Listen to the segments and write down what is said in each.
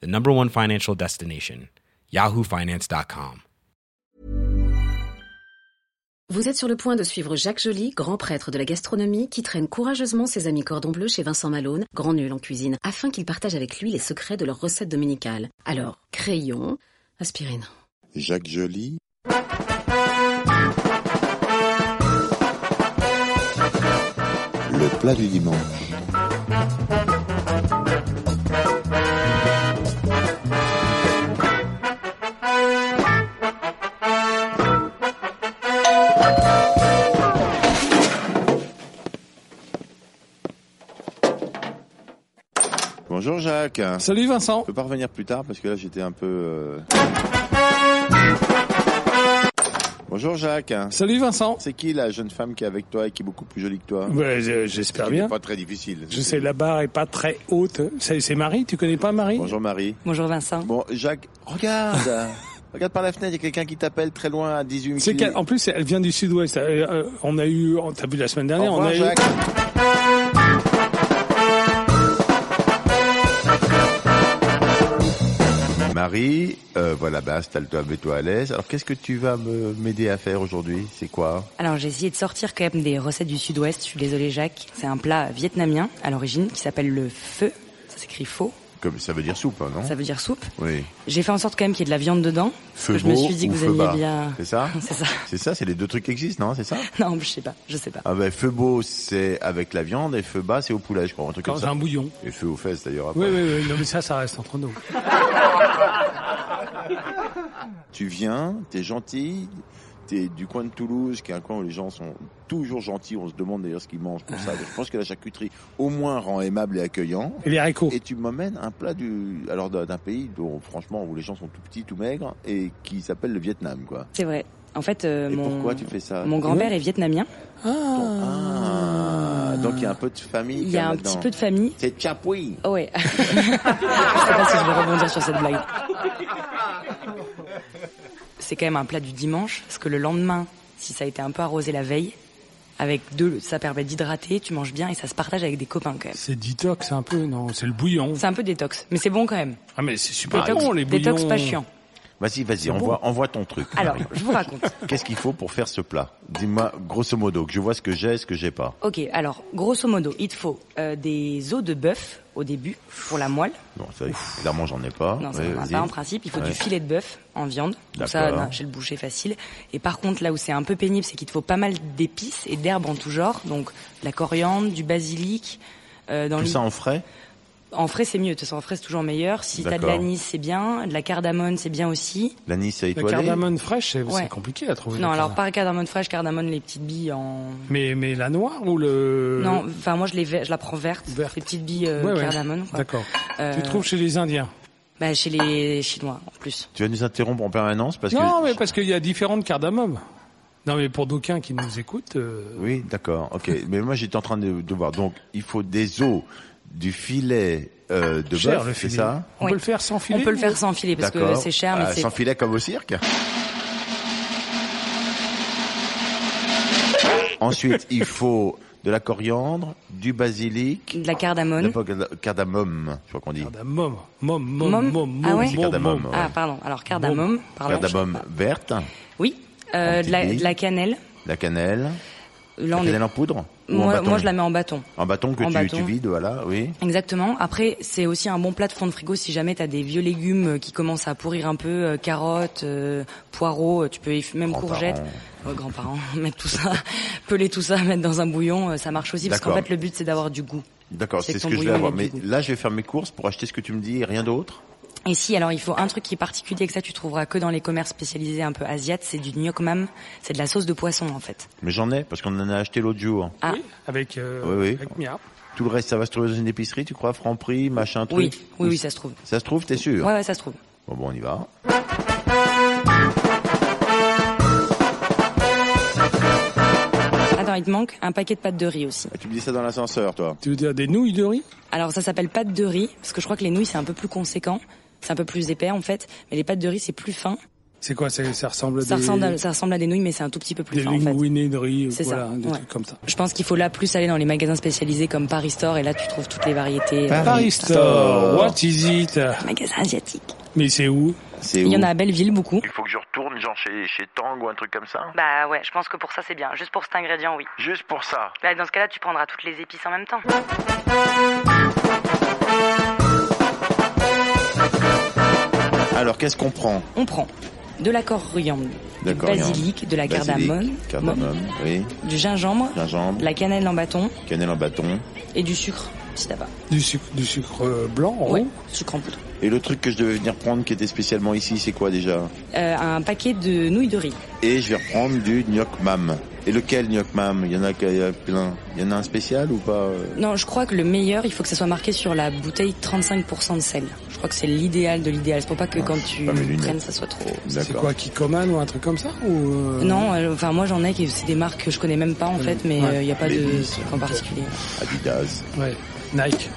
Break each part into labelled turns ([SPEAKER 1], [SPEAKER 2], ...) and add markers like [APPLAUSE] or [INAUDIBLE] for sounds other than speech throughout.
[SPEAKER 1] the number one financial destination, yahoofinance.com.
[SPEAKER 2] Vous êtes sur le point de suivre Jacques Joly, grand prêtre de la gastronomie, qui traîne courageusement ses amis cordon bleu chez Vincent Malone, grand nul en cuisine, afin qu'il partage avec lui les secrets de leurs recettes dominicales. Alors, crayon, aspirine.
[SPEAKER 3] Jacques Joly, le plat du dimanche. Bonjour Jacques. Je
[SPEAKER 4] Salut Vincent.
[SPEAKER 3] peux pas revenir plus tard parce que là j'étais un peu. euh, Bonjour Jacques.
[SPEAKER 4] Salut Vincent.
[SPEAKER 3] C'est qui la jeune femme qui est avec toi et qui est beaucoup plus jolie que toi
[SPEAKER 4] Ouais, je- J'espère
[SPEAKER 3] Qui
[SPEAKER 4] bien.
[SPEAKER 3] n'est Pas très difficile.
[SPEAKER 4] Je sais, la barre est pas très haute. C'est c'est Marie, tu connais pas
[SPEAKER 3] [LAUGHS]
[SPEAKER 4] Marie
[SPEAKER 3] Bonjour Marie.
[SPEAKER 5] Bonjour Vincent.
[SPEAKER 3] Bon Jacques,
[SPEAKER 4] [LAUGHS]
[SPEAKER 3] regarde. regarde par la fenêtre, il y a quelqu'un qui t'appelle très loin à 18
[SPEAKER 4] C'est qu'elle- En plus, elle vient du sud-ouest. Elle- euh, On a eu, on- t'as vu la semaine
[SPEAKER 3] Au
[SPEAKER 4] dernière, on
[SPEAKER 3] revoir,
[SPEAKER 4] a
[SPEAKER 3] Jacques.
[SPEAKER 4] eu.
[SPEAKER 3] Marie, euh, voilà, bah, installe-toi, mets-toi à l'aise. Alors, qu'est-ce que tu vas me- m'aider à faire aujourd'hui C'est quoi
[SPEAKER 5] Alors j'ai essayé de sortir quand même des recettes du sud-ouest, je suis désolée Jacques. C'est un plat vietnamien à l'origine qui s'appelle le feu, ça s'écrit faux,
[SPEAKER 3] Comme ça veut dire soupe, hein, non
[SPEAKER 5] ça veut dire soupe.
[SPEAKER 3] Oui.
[SPEAKER 5] J'ai fait en sorte quand même qu'il y ait de la viande dedans. parce
[SPEAKER 3] Feu
[SPEAKER 5] que je me
[SPEAKER 3] beau
[SPEAKER 5] suis dit que
[SPEAKER 3] ou
[SPEAKER 5] vous
[SPEAKER 3] feu bas
[SPEAKER 5] alliez bien...
[SPEAKER 3] C'est ça
[SPEAKER 5] [LAUGHS] C'est ça.
[SPEAKER 3] C'est ça, c'est les deux trucs qui existent, non C'est ça
[SPEAKER 5] Non, je sais pas, je sais pas.
[SPEAKER 3] Ah ben, feu beau, c'est avec la viande, et feu bas, c'est au poulet, je crois, un truc comme
[SPEAKER 4] Dans
[SPEAKER 3] ça.
[SPEAKER 4] un bouillon.
[SPEAKER 3] Et feu aux fesses, d'ailleurs, après.
[SPEAKER 4] Oui, oui, oui. Non, mais ça, ça reste entre nous.
[SPEAKER 3] Tu viens, t'es gentil, t'es du coin de Toulouse, qui est un coin où les gens sont toujours gentils. On se demande d'ailleurs ce qu'ils mangent pour ça. Mais je pense que la charcuterie, au moins, rend aimable et accueillant.
[SPEAKER 4] Et les haricots.
[SPEAKER 3] Et tu m'emmènes un plat du, alors d'un d'un pays dont, franchement, où les gens sont tout petits, tout maigres, et qui s'appelle le Vietnam, quoi.
[SPEAKER 5] C'est vrai. En fait, euh,
[SPEAKER 3] Et
[SPEAKER 5] mon,
[SPEAKER 3] pourquoi tu fais ça
[SPEAKER 5] mon grand-père est vietnamien.
[SPEAKER 3] Ton- Ah, donc il y a un peu de famille.
[SPEAKER 5] Il y a
[SPEAKER 3] quand
[SPEAKER 5] un
[SPEAKER 3] même
[SPEAKER 5] petit
[SPEAKER 3] là-dedans.
[SPEAKER 5] peu de famille.
[SPEAKER 3] C'est Chapoui.
[SPEAKER 5] Oh ouais. [LAUGHS] je sais pas si je vais rebondir sur cette blague. C'est quand même un plat du dimanche, parce que le lendemain, si ça a été un peu arrosé la veille, avec deux, ça permet d'hydrater, tu manges bien et ça se partage avec des copains quand même.
[SPEAKER 4] C'est detox un peu, non C'est le bouillon.
[SPEAKER 5] C'est un peu détox, mais c'est bon quand même.
[SPEAKER 4] Ah mais c'est super
[SPEAKER 5] Détox,
[SPEAKER 4] bon les bouillons. Ah
[SPEAKER 5] détox pas chiant.
[SPEAKER 3] Vas-y, vas-y, envoie, envoie ton truc.
[SPEAKER 5] Alors,
[SPEAKER 3] Marie.
[SPEAKER 5] je vous
[SPEAKER 4] [LAUGHS]
[SPEAKER 5] raconte.
[SPEAKER 3] Qu'est-ce qu'il faut pour faire ce plat Dis-moi, grosso modo, que je vois ce que j'ai et ce que j'ai pas.
[SPEAKER 5] Ok, alors, grosso modo, il te faut euh, des os de bœuf au début pour la moelle.
[SPEAKER 3] Non, ça, clairement, j'en ai pas.
[SPEAKER 5] Non, ça
[SPEAKER 3] Ouais,
[SPEAKER 5] ne va
[SPEAKER 3] vas-y.
[SPEAKER 5] pas en principe. Il faut
[SPEAKER 3] Ouais.
[SPEAKER 5] du filet de bœuf en viande. Comme ça,
[SPEAKER 3] D'accord.
[SPEAKER 5] non, chez le boucher, facile. Et par contre, là où c'est un peu pénible, c'est qu'il te faut pas mal d'épices et d'herbes en tout genre. Donc, de la coriandre, du basilic. euh, dans
[SPEAKER 3] Tout
[SPEAKER 5] le-
[SPEAKER 3] ça en frais
[SPEAKER 5] En frais, c'est mieux. De toute façon, en frais, c'est toujours meilleur. Si t'as de
[SPEAKER 3] D'accord.
[SPEAKER 5] l'anis, c'est bien. De la cardamone, c'est bien aussi.
[SPEAKER 3] L'anis à
[SPEAKER 4] La
[SPEAKER 3] étoilé
[SPEAKER 4] cardamone fraîche, c'est
[SPEAKER 5] Ouais.
[SPEAKER 4] c'est compliqué à trouver.
[SPEAKER 5] non,
[SPEAKER 4] la
[SPEAKER 5] alors
[SPEAKER 4] cardamone.
[SPEAKER 5] pas cardamone fraîche, cardamone, les petites billes en...
[SPEAKER 4] Mais mais la noire ou le.
[SPEAKER 5] Non, enfin, moi, je, les ver- je la prends verte.
[SPEAKER 4] Euh. Verte.
[SPEAKER 5] Les petites billes euh,
[SPEAKER 4] Ouais, ouais.
[SPEAKER 5] cardamone, quoi.
[SPEAKER 4] D'accord.
[SPEAKER 5] Euh,
[SPEAKER 4] Tu trouves chez les Indiens
[SPEAKER 5] bah, chez les Chinois, en plus.
[SPEAKER 3] Tu vas nous interrompre en permanence parce
[SPEAKER 4] Non,
[SPEAKER 3] que.
[SPEAKER 4] mais parce qu'il y a différentes cardamomes. Non, mais pour d'aucuns qui nous écoutent. euh,
[SPEAKER 3] Oui, d'accord, ok. mais moi, j'étais en train de, de voir. Donc, il faut des os, du filet euh, de
[SPEAKER 4] cher,
[SPEAKER 3] bœuf,
[SPEAKER 4] le
[SPEAKER 3] c'est
[SPEAKER 4] filet.
[SPEAKER 3] ça
[SPEAKER 4] On
[SPEAKER 5] Oui.
[SPEAKER 4] peut le faire sans filet.
[SPEAKER 5] On peut le
[SPEAKER 4] ou-
[SPEAKER 5] faire sans filet parce que
[SPEAKER 3] D'accord.
[SPEAKER 5] c'est cher, mais
[SPEAKER 3] Ah,
[SPEAKER 5] c'est
[SPEAKER 3] Sans filet comme au cirque Ensuite, il faut de la coriandre, du basilic,
[SPEAKER 5] de la
[SPEAKER 3] de
[SPEAKER 5] cardamone.
[SPEAKER 3] la cardamome, je crois qu'on
[SPEAKER 5] Ah,
[SPEAKER 3] dit.
[SPEAKER 4] Cardamome. Mom, mom,
[SPEAKER 5] Mom
[SPEAKER 4] mom, mom,
[SPEAKER 5] Ah ouais
[SPEAKER 4] mom,
[SPEAKER 3] Cardamome,
[SPEAKER 4] mom.
[SPEAKER 3] ouais.
[SPEAKER 5] Ah pardon, alors cardamome, pardon.
[SPEAKER 3] Cardamome verte,
[SPEAKER 5] Oui, euh,
[SPEAKER 3] Un
[SPEAKER 5] de, la,
[SPEAKER 3] petit
[SPEAKER 5] de la cannelle.
[SPEAKER 3] la cannelle,
[SPEAKER 5] Là,
[SPEAKER 3] la
[SPEAKER 5] on est...
[SPEAKER 3] cannelle en poudre ou en
[SPEAKER 5] moi,
[SPEAKER 3] bâton
[SPEAKER 5] moi, je la mets en bâton.
[SPEAKER 3] En bâton que
[SPEAKER 5] en
[SPEAKER 3] tu,
[SPEAKER 5] bâton.
[SPEAKER 3] tu vides, voilà, oui.
[SPEAKER 5] Exactement. Après, c'est aussi un bon plat de fond de frigo si jamais t'as des vieux légumes euh, qui commencent à pourrir un peu, euh, carottes, euh, poireaux, euh, tu peux y f- même
[SPEAKER 3] Grands-parents.
[SPEAKER 5] courgettes. Ouais, grands-parents, [LAUGHS] mettre tout ça, peler tout ça, mettre dans un bouillon, euh, ça marche aussi parce qu'en
[SPEAKER 3] D'accord.
[SPEAKER 5] fait le but c'est d'avoir du goût.
[SPEAKER 3] D'accord,
[SPEAKER 5] C'est
[SPEAKER 3] c'est ce
[SPEAKER 5] ton
[SPEAKER 3] que je vais
[SPEAKER 5] bouillon
[SPEAKER 3] avoir. Mais
[SPEAKER 5] avec du goût.
[SPEAKER 3] là, je vais faire mes courses pour acheter ce que tu me dis et rien d'autre.
[SPEAKER 5] Et si, alors il faut un truc qui est particulier que ça tu trouveras que dans les commerces spécialisés un peu asiates, c'est du gnoc mam, c'est de la sauce de poisson en fait.
[SPEAKER 3] Mais j'en ai, parce qu'on en a acheté l'autre jour.
[SPEAKER 5] Ah.
[SPEAKER 4] Oui, avec, euh,
[SPEAKER 3] Oui, oui.
[SPEAKER 4] avec Mia.
[SPEAKER 3] Tout le reste, ça va se trouver dans une épicerie, tu crois Franprix, machin,
[SPEAKER 5] Oui,
[SPEAKER 3] truc
[SPEAKER 5] oui, oui, ça se trouve.
[SPEAKER 3] Ça se trouve, t'es sûr
[SPEAKER 5] Ouais, ouais, ça se trouve.
[SPEAKER 3] Bon, bon, on y va.
[SPEAKER 5] Attends, il te manque un paquet de pâtes de riz aussi.
[SPEAKER 3] Ah, tu me dis ça dans l'ascenseur, toi.
[SPEAKER 4] Tu veux dire des nouilles de riz
[SPEAKER 5] Alors ça s'appelle pâtes de riz, parce que je crois que les nouilles c'est un peu plus conséquent, c'est un peu plus épais en fait, mais les pâtes de riz c'est plus fin.
[SPEAKER 4] C'est quoi c'est- Ça ressemble à
[SPEAKER 5] Ça
[SPEAKER 4] des,
[SPEAKER 5] ressemble, à, ça ressemble à des nouilles mais c'est un tout petit peu plus
[SPEAKER 4] des
[SPEAKER 5] fin en fait.
[SPEAKER 4] linguinés de riz,
[SPEAKER 5] C'est
[SPEAKER 4] voilà,
[SPEAKER 5] ça,
[SPEAKER 4] des
[SPEAKER 5] ouais.
[SPEAKER 4] trucs comme ça.
[SPEAKER 5] Je pense qu'il faut là plus aller dans les magasins spécialisés comme Paris Store et là tu trouves toutes les variétés. euh,
[SPEAKER 4] Paris Store, what is it
[SPEAKER 5] magasins asiatiques.
[SPEAKER 4] Mais c'est où
[SPEAKER 3] C'est
[SPEAKER 5] Il y
[SPEAKER 3] où
[SPEAKER 5] en a à Belleville beaucoup.
[SPEAKER 3] Il faut que je retourne, genre, chez, chez Tang ou un truc comme ça
[SPEAKER 5] Bah ouais, je pense que pour ça c'est bien, juste pour cet ingrédient oui.
[SPEAKER 3] Juste pour ça.
[SPEAKER 5] Bah, dans ce cas-là, tu prendras toutes les épices en même temps.
[SPEAKER 3] Alors, qu'est-ce qu'on prend
[SPEAKER 5] On prend de la coriandre, du
[SPEAKER 3] La coriandre,
[SPEAKER 5] basilic, de la
[SPEAKER 3] Basilic,
[SPEAKER 5] cardamome,
[SPEAKER 3] Cardamome, oui.
[SPEAKER 5] du gingembre,
[SPEAKER 3] Gingembre,
[SPEAKER 5] de la cannelle en bâton
[SPEAKER 3] cannelle en bâton.
[SPEAKER 5] et du sucre si t'as pas.
[SPEAKER 4] du sucre, du sucre euh, blanc en
[SPEAKER 5] Ouais,
[SPEAKER 4] haut
[SPEAKER 5] sucre en poudre.
[SPEAKER 3] Et le truc que je devais venir prendre qui était spécialement ici, c'est quoi déjà
[SPEAKER 5] Euh, un paquet de nouilles de riz.
[SPEAKER 3] Et je vais reprendre du gnoc mam. Et lequel gnoc mam Il y en a qui- il y a plein. Il y en a un spécial ou pas Oh,
[SPEAKER 5] Non, je crois que le meilleur, il faut que ça soit marqué sur la bouteille 35% de sel. Je crois que c'est l'idéal de l'idéal. C'est pour pas que
[SPEAKER 3] Ah,
[SPEAKER 5] quand
[SPEAKER 3] c'est
[SPEAKER 5] tu
[SPEAKER 3] pas mes lunettes.
[SPEAKER 5] prennes, ça soit trop.
[SPEAKER 4] C'est quoi, Kikoman ou un truc comme ça ou euh,
[SPEAKER 5] Non, euh, enfin moi j'en ai qui c'est des marques que je connais même pas en fait, mais il
[SPEAKER 4] Ouais.
[SPEAKER 5] n'y a pas de
[SPEAKER 4] Levi's,
[SPEAKER 5] truc en particulier.
[SPEAKER 3] Adidas,
[SPEAKER 4] Ouais, Nike.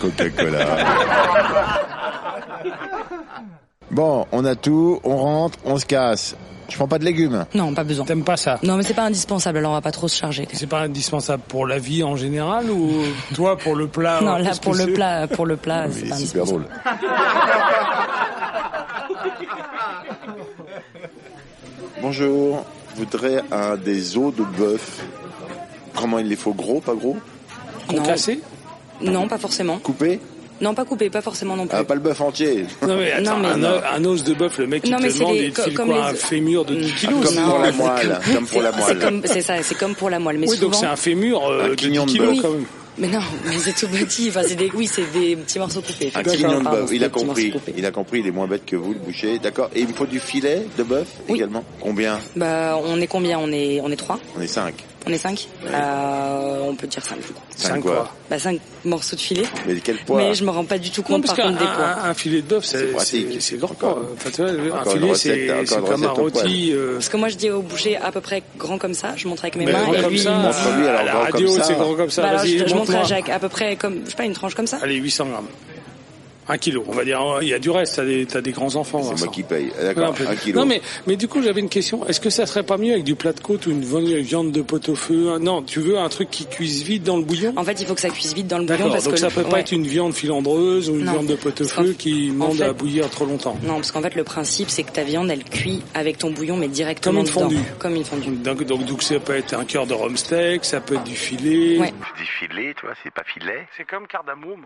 [SPEAKER 3] Coca-Cola. [LAUGHS] bon, on a tout, on rentre, on se casse. Je prends pas de légumes.
[SPEAKER 5] Non, pas besoin.
[SPEAKER 4] T'aimes pas ça
[SPEAKER 5] Non, mais c'est pas indispensable. Alors on va pas trop se charger. quand même.
[SPEAKER 4] C'est pas indispensable pour la vie en général ou toi pour le
[SPEAKER 3] Ah,
[SPEAKER 4] plat
[SPEAKER 5] Non,
[SPEAKER 4] euh,
[SPEAKER 5] là
[SPEAKER 4] qu'est-ce
[SPEAKER 5] pour
[SPEAKER 4] que
[SPEAKER 5] le
[SPEAKER 4] c'est
[SPEAKER 5] plat, pour le plat,
[SPEAKER 3] [LAUGHS] Mais
[SPEAKER 5] c'est pas
[SPEAKER 3] Ah, C'est super
[SPEAKER 5] indispensable.
[SPEAKER 3] drôle. [LAUGHS] Bonjour, je voudrais un des os de bœuf. Comment il les faut Gros, pas gros
[SPEAKER 4] Concassé
[SPEAKER 5] Non, pas forcément.
[SPEAKER 3] Coupé
[SPEAKER 5] Non, pas coupé, pas forcément non plus.
[SPEAKER 3] Ah, Pas le bœuf entier.
[SPEAKER 4] Non mais attends,
[SPEAKER 5] Non, mais-
[SPEAKER 4] un, o- un os de bœuf, le mec qui
[SPEAKER 5] Non,
[SPEAKER 4] te
[SPEAKER 5] mais c'est
[SPEAKER 4] demande,
[SPEAKER 5] les-
[SPEAKER 4] il te file
[SPEAKER 5] comme
[SPEAKER 4] quoi
[SPEAKER 5] les-
[SPEAKER 4] Un fémur de 10
[SPEAKER 5] Ah,
[SPEAKER 4] kilos
[SPEAKER 3] Comme
[SPEAKER 5] non.
[SPEAKER 3] pour la
[SPEAKER 5] c'est
[SPEAKER 3] moelle. Comme pour la
[SPEAKER 5] C'est
[SPEAKER 3] moelle.
[SPEAKER 5] comme, c'est ça, c'est comme pour la moelle, mais
[SPEAKER 4] Oui,
[SPEAKER 5] souvent.
[SPEAKER 4] donc c'est un fémur euh,
[SPEAKER 3] Un
[SPEAKER 4] de 10
[SPEAKER 3] quignon de
[SPEAKER 4] kilos
[SPEAKER 3] bœuf.
[SPEAKER 4] quand même.
[SPEAKER 5] Mais non, mais c'est tout petit. Enfin, c'est des, oui, c'est des petits morceaux coupés.
[SPEAKER 3] Un
[SPEAKER 5] D'accord.
[SPEAKER 3] quignon de
[SPEAKER 5] Pardon,
[SPEAKER 3] bœuf,
[SPEAKER 5] c'est
[SPEAKER 3] il a
[SPEAKER 5] des petits
[SPEAKER 3] compris.
[SPEAKER 5] morceaux coupés.
[SPEAKER 3] Il a compris, il est moins bête que vous, le boucher. D'accord. Et il me faut du filet de bœuf
[SPEAKER 5] Oui.
[SPEAKER 3] également. Combien
[SPEAKER 5] Bah, on est combien On est, on est trois
[SPEAKER 3] On est cinq.
[SPEAKER 5] On est cinq Euh, On peut dire cinq, du coup.
[SPEAKER 3] Cinq
[SPEAKER 4] Cinq
[SPEAKER 3] quoi.
[SPEAKER 4] quoi.
[SPEAKER 5] Bah, cinq morceaux de filet.
[SPEAKER 3] Mais quel poids
[SPEAKER 5] Mais je me rends pas du tout
[SPEAKER 4] Non,
[SPEAKER 5] compte
[SPEAKER 4] parce
[SPEAKER 5] par
[SPEAKER 4] qu'un
[SPEAKER 5] contre des
[SPEAKER 4] un,
[SPEAKER 5] poids.
[SPEAKER 4] un filet de bœuf, c'est
[SPEAKER 3] C'est pratique.
[SPEAKER 4] c'est- c'est grand.
[SPEAKER 3] Encore-
[SPEAKER 4] quoi. Enfin, tu vois, un
[SPEAKER 3] encore une
[SPEAKER 4] filet,
[SPEAKER 3] recette,
[SPEAKER 4] c'est
[SPEAKER 3] encore
[SPEAKER 4] c'est
[SPEAKER 3] une
[SPEAKER 4] comme un
[SPEAKER 3] recette au
[SPEAKER 4] rôti. euh,
[SPEAKER 5] Parce que moi, je dis au boucher à peu près grand comme ça. Je montre avec mes
[SPEAKER 3] Mais
[SPEAKER 5] mains.
[SPEAKER 4] grand
[SPEAKER 5] et
[SPEAKER 4] comme
[SPEAKER 5] lui,
[SPEAKER 4] ça,
[SPEAKER 5] il montre.
[SPEAKER 3] montre-lui,
[SPEAKER 4] à
[SPEAKER 3] alors,
[SPEAKER 4] la
[SPEAKER 3] grand
[SPEAKER 4] radio,
[SPEAKER 3] comme ça.
[SPEAKER 4] c'est grand comme ça.
[SPEAKER 5] Bah, alors,
[SPEAKER 4] Vas-y,
[SPEAKER 5] je, je montre à
[SPEAKER 4] montre-moi.
[SPEAKER 5] Jacques à peu près comme, je sais pas, une tranche comme ça.
[SPEAKER 4] Allez, 800 grammes. Un kilo, on va dire. Il y a du reste, t'as des, t'as des grands enfants.
[SPEAKER 3] C'est
[SPEAKER 4] Vincent.
[SPEAKER 3] moi qui paye. Ah,
[SPEAKER 4] Voilà
[SPEAKER 3] D'accord,
[SPEAKER 4] un peu.
[SPEAKER 3] un kilo.
[SPEAKER 4] Non mais mais du coup j'avais une question. Est-ce que ça serait pas mieux avec du plat de côte ou une bonne viande de pot-au-feu Non, tu veux un truc qui cuise vite dans le bouillon
[SPEAKER 5] En fait, il faut que ça cuise vite dans le bouillon
[SPEAKER 4] D'accord.
[SPEAKER 5] parce
[SPEAKER 4] Donc
[SPEAKER 5] que
[SPEAKER 4] ça
[SPEAKER 5] le-
[SPEAKER 4] peut pas
[SPEAKER 5] ouais.
[SPEAKER 4] être une viande filandreuse ou une
[SPEAKER 5] Non.
[SPEAKER 4] viande de
[SPEAKER 5] Parce
[SPEAKER 4] pot-au-feu
[SPEAKER 5] qu'en-
[SPEAKER 4] qui
[SPEAKER 5] en
[SPEAKER 4] demande
[SPEAKER 5] fait-
[SPEAKER 4] à bouillir trop longtemps.
[SPEAKER 5] Non, parce qu'en fait, le principe, c'est que ta viande, elle cuit avec ton bouillon, mais directement
[SPEAKER 4] Comme une
[SPEAKER 5] dedans.
[SPEAKER 4] fondue.
[SPEAKER 5] Comme une fondue.
[SPEAKER 4] Donc, donc donc ça peut être un cœur de rhum steak, ça peut être du filet.
[SPEAKER 5] Ouais.
[SPEAKER 3] Tu dis filet, tu vois, c'est pas filet.
[SPEAKER 4] C'est comme cardamome.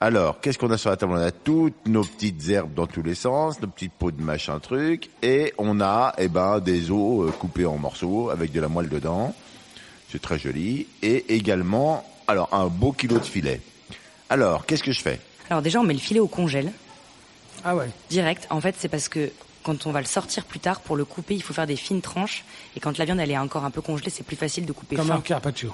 [SPEAKER 3] Alors, qu'est-ce qu'on a sur la table On a toutes nos petites herbes dans tous les sens, nos petites peaux de machin truc, et on a eh ben des os euh, coupés en morceaux avec de la moelle dedans. C'est très joli. Et également, alors un beau kilo de filet. Alors, qu'est-ce que je fais
[SPEAKER 5] Alors déjà, on met le filet au congèle,
[SPEAKER 4] Ah ouais.
[SPEAKER 5] direct. En fait, c'est parce que quand on va le sortir plus tard, pour le couper, il faut faire des fines tranches. Et quand la viande, elle est encore un peu congelée, c'est plus facile de couper
[SPEAKER 4] Comme un
[SPEAKER 5] fin.
[SPEAKER 4] carpaccio.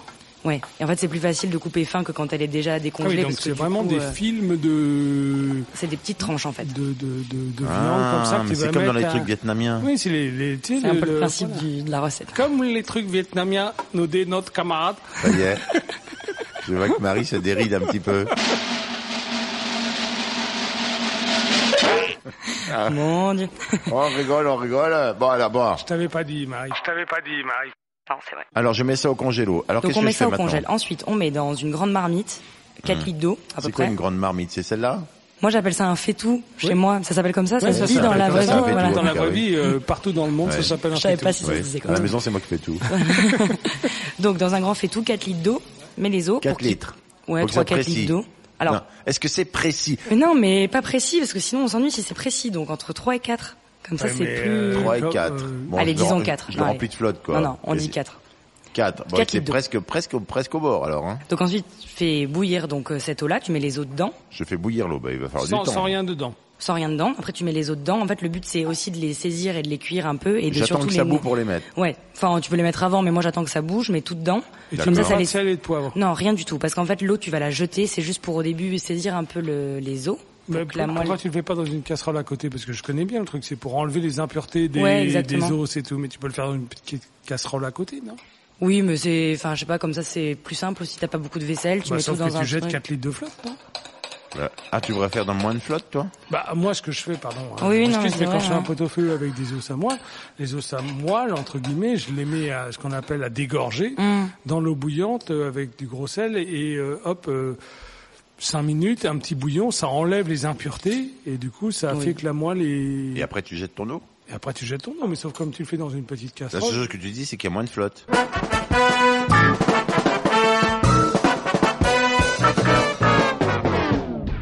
[SPEAKER 5] Ouais. Et en fait, c'est plus facile de couper fin que quand elle est déjà
[SPEAKER 4] Ah oui,
[SPEAKER 5] décongelée.
[SPEAKER 4] donc
[SPEAKER 5] parce que
[SPEAKER 4] c'est
[SPEAKER 5] du
[SPEAKER 4] vraiment
[SPEAKER 5] coup,
[SPEAKER 4] des
[SPEAKER 5] euh,
[SPEAKER 4] films de
[SPEAKER 5] C'est des petites tranches, en fait.
[SPEAKER 4] de de de, de viande comme ça
[SPEAKER 3] Ah,
[SPEAKER 4] que
[SPEAKER 3] mais
[SPEAKER 4] tu vas
[SPEAKER 3] c'est comme dans les
[SPEAKER 4] mettre à-
[SPEAKER 3] trucs vietnamiens.
[SPEAKER 4] Oui, c'est les, les tu sais,
[SPEAKER 5] C'est un peu le principe
[SPEAKER 4] voilà.
[SPEAKER 5] du- de la recette.
[SPEAKER 4] Comme les trucs vietnamiens, nous des notre camarade.
[SPEAKER 3] Ça y est. Je vois que Marie se déride un petit peu. Ah.
[SPEAKER 5] Mon dieu.
[SPEAKER 3] Oh, on rigole, on rigole. Bon, alors, bon.
[SPEAKER 4] Je t'avais pas dit, Marie. Je t'avais pas dit, Marie.
[SPEAKER 5] Non, c'est vrai.
[SPEAKER 3] Alors, je mets ça au congélo. Alors,
[SPEAKER 5] Donc
[SPEAKER 3] qu'est-ce
[SPEAKER 5] on
[SPEAKER 3] que
[SPEAKER 5] met
[SPEAKER 3] je fais
[SPEAKER 5] ça au
[SPEAKER 3] maintenant Mmh.
[SPEAKER 5] congèle. Ensuite, on met dans une grande marmite 4 litres d'eau, à peu
[SPEAKER 3] C'est quoi
[SPEAKER 5] près.
[SPEAKER 3] une grande marmite C'est celle-là
[SPEAKER 5] Moi, j'appelle ça un faitout chez
[SPEAKER 4] Oui.
[SPEAKER 5] moi. Ça s'appelle comme ça. Ça
[SPEAKER 4] Ouais,
[SPEAKER 5] se
[SPEAKER 4] ça
[SPEAKER 5] dit dans
[SPEAKER 4] s'appelle
[SPEAKER 5] la
[SPEAKER 4] comme
[SPEAKER 5] vraie vie.
[SPEAKER 4] ça,
[SPEAKER 3] un faitout.
[SPEAKER 5] Voilà.
[SPEAKER 4] Dans la
[SPEAKER 3] Ah
[SPEAKER 4] vraie
[SPEAKER 3] oui.
[SPEAKER 4] vie, euh, partout dans le monde, ça
[SPEAKER 3] Ouais.
[SPEAKER 4] s'appelle un
[SPEAKER 5] Je savais
[SPEAKER 4] faitout.
[SPEAKER 5] pas si ça se
[SPEAKER 3] Oui.
[SPEAKER 5] disait comme
[SPEAKER 3] À la
[SPEAKER 5] ça.
[SPEAKER 3] maison, c'est moi qui fais tout.
[SPEAKER 5] Donc dans un grand faitout, 4 litres d'eau, mets les os.
[SPEAKER 3] 4
[SPEAKER 5] pour qu'il-
[SPEAKER 3] litres.
[SPEAKER 5] Ouais,
[SPEAKER 3] Faut que
[SPEAKER 5] 3
[SPEAKER 3] ça
[SPEAKER 5] 4
[SPEAKER 3] précise.
[SPEAKER 5] litres d'eau. Alors,
[SPEAKER 3] Non. Est-ce que c'est précis
[SPEAKER 5] mais non, mais pas précis parce que sinon on s'ennuie si c'est précis. Donc entre 3 et 4. Comme ça
[SPEAKER 4] Ouais,
[SPEAKER 5] c'est
[SPEAKER 4] mais,
[SPEAKER 5] plus
[SPEAKER 4] euh,
[SPEAKER 3] 3 et
[SPEAKER 4] Comme,
[SPEAKER 3] 4.
[SPEAKER 4] euh,
[SPEAKER 5] Allez,
[SPEAKER 3] je le-
[SPEAKER 5] disons 4.
[SPEAKER 3] Je le remplis de flotte, quoi.
[SPEAKER 5] Non non, on dit 4.
[SPEAKER 3] 4. Bon,
[SPEAKER 5] Quatre
[SPEAKER 3] c'est
[SPEAKER 5] litres d'eau.
[SPEAKER 3] presque, presque, presque au bord, alors. Hein.
[SPEAKER 5] Donc ensuite, tu fais bouillir donc euh, cette eau-là, tu mets les os dedans
[SPEAKER 3] Je fais bouillir l'eau, bah, il va falloir
[SPEAKER 4] Sans,
[SPEAKER 3] du temps.
[SPEAKER 4] sans rien dedans.
[SPEAKER 5] sans rien dedans. Après tu mets les os dedans. En fait, le but c'est aussi de les saisir et de les cuire un peu et de
[SPEAKER 3] J'attends
[SPEAKER 5] surtout
[SPEAKER 3] que
[SPEAKER 5] les
[SPEAKER 3] ça boue
[SPEAKER 5] mou-
[SPEAKER 3] pour les mettre.
[SPEAKER 5] Ouais, enfin tu peux les mettre avant mais moi j'attends que ça bouge, mais tout dedans.
[SPEAKER 4] Et tu
[SPEAKER 3] D'accord.
[SPEAKER 4] mets
[SPEAKER 5] ça,
[SPEAKER 4] ça,
[SPEAKER 5] ça
[SPEAKER 4] ça
[SPEAKER 5] laisse-
[SPEAKER 4] sel et de poivre.
[SPEAKER 5] Non, rien du tout parce qu'en fait l'eau tu vas la jeter, c'est juste pour au début saisir un peu le- les os
[SPEAKER 4] Mais
[SPEAKER 5] que la
[SPEAKER 4] pour-
[SPEAKER 5] moelle-
[SPEAKER 4] Après, tu le fais pas dans une casserole à côté parce que je connais bien le truc. C'est pour enlever les impuretés des,
[SPEAKER 5] Ouais,
[SPEAKER 4] des
[SPEAKER 5] exactement.
[SPEAKER 4] os et tout. Mais tu peux le faire dans une petite casserole à côté, non
[SPEAKER 5] Oui, mais c'est, enfin, je sais pas, comme ça c'est plus simple. Si t'as pas beaucoup de vaisselle, tu
[SPEAKER 4] Bah,
[SPEAKER 5] mets tout
[SPEAKER 4] Sauf
[SPEAKER 5] dans
[SPEAKER 4] que
[SPEAKER 5] un
[SPEAKER 4] tu jettes
[SPEAKER 5] truc.
[SPEAKER 4] 4 litres de flotte, non
[SPEAKER 3] Voilà. Ah, tu préfères dans moins de flotte, toi
[SPEAKER 4] Bah moi ce que je fais, pardon. hein,
[SPEAKER 5] Oui, oui, non, mais
[SPEAKER 4] excuse,
[SPEAKER 5] c'est
[SPEAKER 4] mais quand
[SPEAKER 5] vrai,
[SPEAKER 4] je fais un
[SPEAKER 5] ouais.
[SPEAKER 4] pot-au-feu avec des os à moelle, les os à moelle entre guillemets, je les mets à ce qu'on appelle à dégorger
[SPEAKER 5] Hum.
[SPEAKER 4] dans l'eau bouillante euh, avec du gros sel et euh, hop. Euh, 5 minutes, un petit bouillon, ça enlève les impuretés et du coup ça
[SPEAKER 5] Oui.
[SPEAKER 4] fait que la moelle est...
[SPEAKER 3] Et après, tu jettes ton eau
[SPEAKER 4] Et après tu jettes ton nom, mais sauf comme tu le fais dans une petite
[SPEAKER 3] La seule
[SPEAKER 4] casserole.
[SPEAKER 3] chose que tu dis, c'est qu'il y a moins de flotte.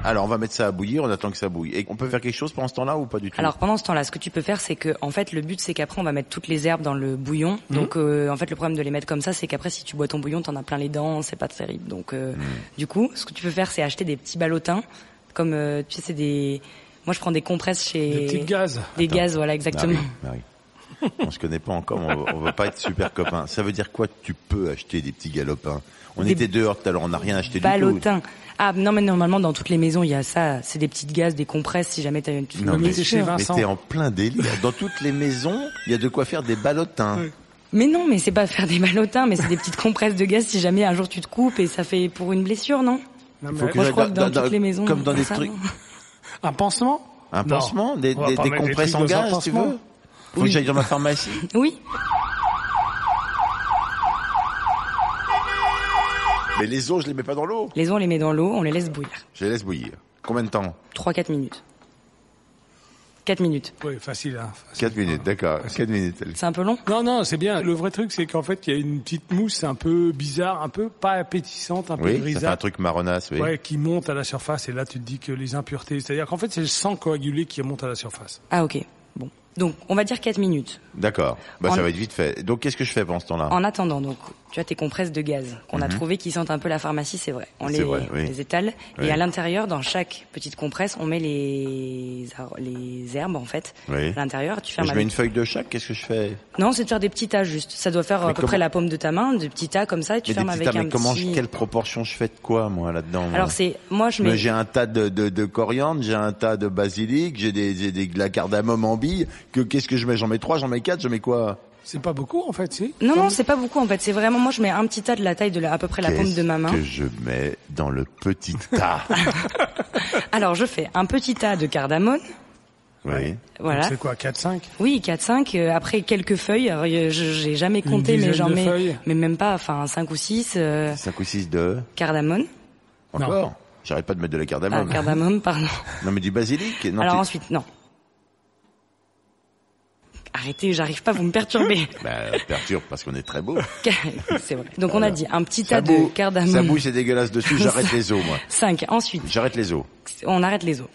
[SPEAKER 3] Alors, on va mettre ça à bouillir, on attend que ça bouille. Et on peut faire quelque chose pendant ce temps-là ou pas du tout
[SPEAKER 5] Alors pendant ce temps-là, ce que tu peux faire, c'est que en fait le but c'est qu'après on va mettre toutes les herbes dans le bouillon.
[SPEAKER 4] Mhm.
[SPEAKER 5] Donc euh, en fait le problème de les mettre comme ça, c'est qu'après si tu bois ton bouillon, t'en as plein les dents, c'est pas terrible. Donc euh,
[SPEAKER 4] Mhm.
[SPEAKER 5] du coup, ce que tu peux faire, c'est acheter des petits ballotins, comme euh, tu sais, c'est des. Moi je prends des compresses chez.
[SPEAKER 4] Des petites gaz. Ah
[SPEAKER 5] Des gaz, voilà
[SPEAKER 3] Marie,
[SPEAKER 5] exactement.
[SPEAKER 3] Marie, bah on se connaît pas encore, mais on va, on va pas être super copains. Ça veut dire quoi Tu peux acheter des petits galopins. On
[SPEAKER 5] Des
[SPEAKER 3] était dehors tout à l'heure, on n'a rien acheté du tout.
[SPEAKER 5] Ballotin. Ah non mais normalement dans toutes les maisons il y a ça, c'est des petites gaz, des compresses si jamais t'as une petite
[SPEAKER 3] Non, mais,
[SPEAKER 4] c'est chez
[SPEAKER 3] mais
[SPEAKER 4] Vincent.
[SPEAKER 3] t'es en plein délire. Dans toutes les maisons, il y a de quoi faire des ballotins.
[SPEAKER 5] Mais non mais c'est pas faire des ballotins, mais c'est des petites compresses de gaz si jamais un jour tu te coupes et ça fait pour une blessure non
[SPEAKER 3] Il
[SPEAKER 4] Non, mais
[SPEAKER 3] faut
[SPEAKER 5] Moi,
[SPEAKER 3] que
[SPEAKER 5] je
[SPEAKER 3] j'aille
[SPEAKER 5] crois que dans toutes les maisons,
[SPEAKER 3] comme dans
[SPEAKER 5] comme
[SPEAKER 3] des
[SPEAKER 5] ça,
[SPEAKER 3] trucs,
[SPEAKER 5] non
[SPEAKER 4] Un pansement
[SPEAKER 3] un
[SPEAKER 4] Non.
[SPEAKER 3] pansement, des,
[SPEAKER 4] On va
[SPEAKER 3] des,
[SPEAKER 4] pas
[SPEAKER 3] des
[SPEAKER 4] mettre des
[SPEAKER 3] compresses
[SPEAKER 4] trucs
[SPEAKER 3] en
[SPEAKER 4] dans un
[SPEAKER 3] gaz, tu
[SPEAKER 4] pansement.
[SPEAKER 3] veux Faut que j'aille dans ma pharmacie.
[SPEAKER 5] Oui.
[SPEAKER 3] [LAUGHS] Mais les os, je les mets pas dans l'eau.
[SPEAKER 5] Les on les met dans l'eau, on les laisse bouillir.
[SPEAKER 3] Je les laisse bouillir. Combien de temps
[SPEAKER 5] 3-4 minutes. 4 minutes.
[SPEAKER 4] Oui, facile. Hein.
[SPEAKER 3] 4 minutes, d'accord. 4 minutes.
[SPEAKER 5] C'est un peu long
[SPEAKER 4] Non, non, c'est bien. Le vrai truc, c'est qu'en fait, il y a une petite mousse un peu bizarre, un peu pas appétissante, un peu
[SPEAKER 3] Oui, ça fait un
[SPEAKER 4] grisâtre.
[SPEAKER 3] truc marronasse, oui.
[SPEAKER 4] Ouais, qui monte à la surface et là tu te dis que les impuretés, c'est-à-dire qu'en fait c'est le sang coagulé qui monte à la surface.
[SPEAKER 5] Ah ok. Bon. Donc on va dire 4 minutes.
[SPEAKER 3] D'accord. Bah,
[SPEAKER 5] En-
[SPEAKER 3] ça va être vite fait. Donc, qu'est-ce que je fais pendant ce temps-là
[SPEAKER 5] En attendant donc, tu as tes compresses de gaz qu'on a trouvées qui sentent un peu la pharmacie, c'est vrai. On
[SPEAKER 3] Mhm. C'est
[SPEAKER 5] les,
[SPEAKER 3] vrai, oui.
[SPEAKER 5] les étale
[SPEAKER 3] Oui.
[SPEAKER 5] et à l'intérieur, dans chaque petite compresse, on met les ar- les herbes en fait.
[SPEAKER 3] Oui.
[SPEAKER 5] À l'intérieur, tu fermes
[SPEAKER 3] Je mets
[SPEAKER 5] avec.
[SPEAKER 3] une feuille de chaque, qu'est-ce que je fais
[SPEAKER 5] Non, c'est de faire des petits tas juste. Ça doit faire
[SPEAKER 3] Mais
[SPEAKER 5] à peu
[SPEAKER 3] comment-
[SPEAKER 5] près la paume de ta main, des petits tas comme ça et tu
[SPEAKER 3] Mais des
[SPEAKER 5] fermes
[SPEAKER 3] petits
[SPEAKER 5] avec
[SPEAKER 3] tas,
[SPEAKER 5] un
[SPEAKER 3] mais comment,
[SPEAKER 5] petit.
[SPEAKER 3] je- quelle proportion je fais de quoi, moi, là-dedans moi
[SPEAKER 5] Alors c'est moi je
[SPEAKER 3] Mais
[SPEAKER 5] mets
[SPEAKER 3] J'ai un tas de, de, de coriandre, j'ai un tas de basilic, j'ai des, j'ai des, de la cardamome en bille. Que, qu'est-ce que je mets J'en mets trois, j'en mets quatre, j'en mets quoi
[SPEAKER 4] C'est pas beaucoup en fait, si
[SPEAKER 5] Non, non, c'est pas beaucoup en fait. C'est vraiment, moi je mets un petit tas de la taille de la, à peu près la paume
[SPEAKER 3] Qu'est-ce
[SPEAKER 5] de Ah, ma main.
[SPEAKER 3] que je mets dans le
[SPEAKER 5] [LAUGHS]
[SPEAKER 3] petit tas
[SPEAKER 5] Alors je fais un petit tas de cardamone.
[SPEAKER 3] Oui.
[SPEAKER 5] Voilà.
[SPEAKER 4] Donc, C'est quoi, 4-5
[SPEAKER 5] Oui, 4-5. euh, après quelques feuilles. Alors, euh, je- J'ai jamais compté, mais
[SPEAKER 4] dizaine
[SPEAKER 5] j'en
[SPEAKER 4] de
[SPEAKER 5] mets.
[SPEAKER 4] feuilles.
[SPEAKER 5] Mais même pas, enfin 5 ou 6. Euh,
[SPEAKER 3] 5 ou 6 de...
[SPEAKER 5] cardamone.
[SPEAKER 3] Encore J'arrête pas de mettre de la
[SPEAKER 5] Ah,
[SPEAKER 3] cardamome.
[SPEAKER 5] cardamome, pardon.
[SPEAKER 3] Non mais du basilic bah. non,
[SPEAKER 5] Alors
[SPEAKER 3] tu-
[SPEAKER 5] ensuite, non. Arrêtez, j'arrive pas, vous me
[SPEAKER 3] [LAUGHS]
[SPEAKER 5] perturbez.
[SPEAKER 3] Bah, perturbe parce qu'on est très
[SPEAKER 5] [LAUGHS]
[SPEAKER 3] beau.
[SPEAKER 5] c'est vrai. Donc on a dit un petit tas
[SPEAKER 3] Ça
[SPEAKER 5] de
[SPEAKER 3] boue, ça boue,
[SPEAKER 5] cardamone.
[SPEAKER 3] c'est dégueulasse dessus,
[SPEAKER 5] [LAUGHS]
[SPEAKER 3] j'arrête les os moi.
[SPEAKER 5] 5. Ensuite,
[SPEAKER 3] J'arrête les os.
[SPEAKER 5] on arrête les os.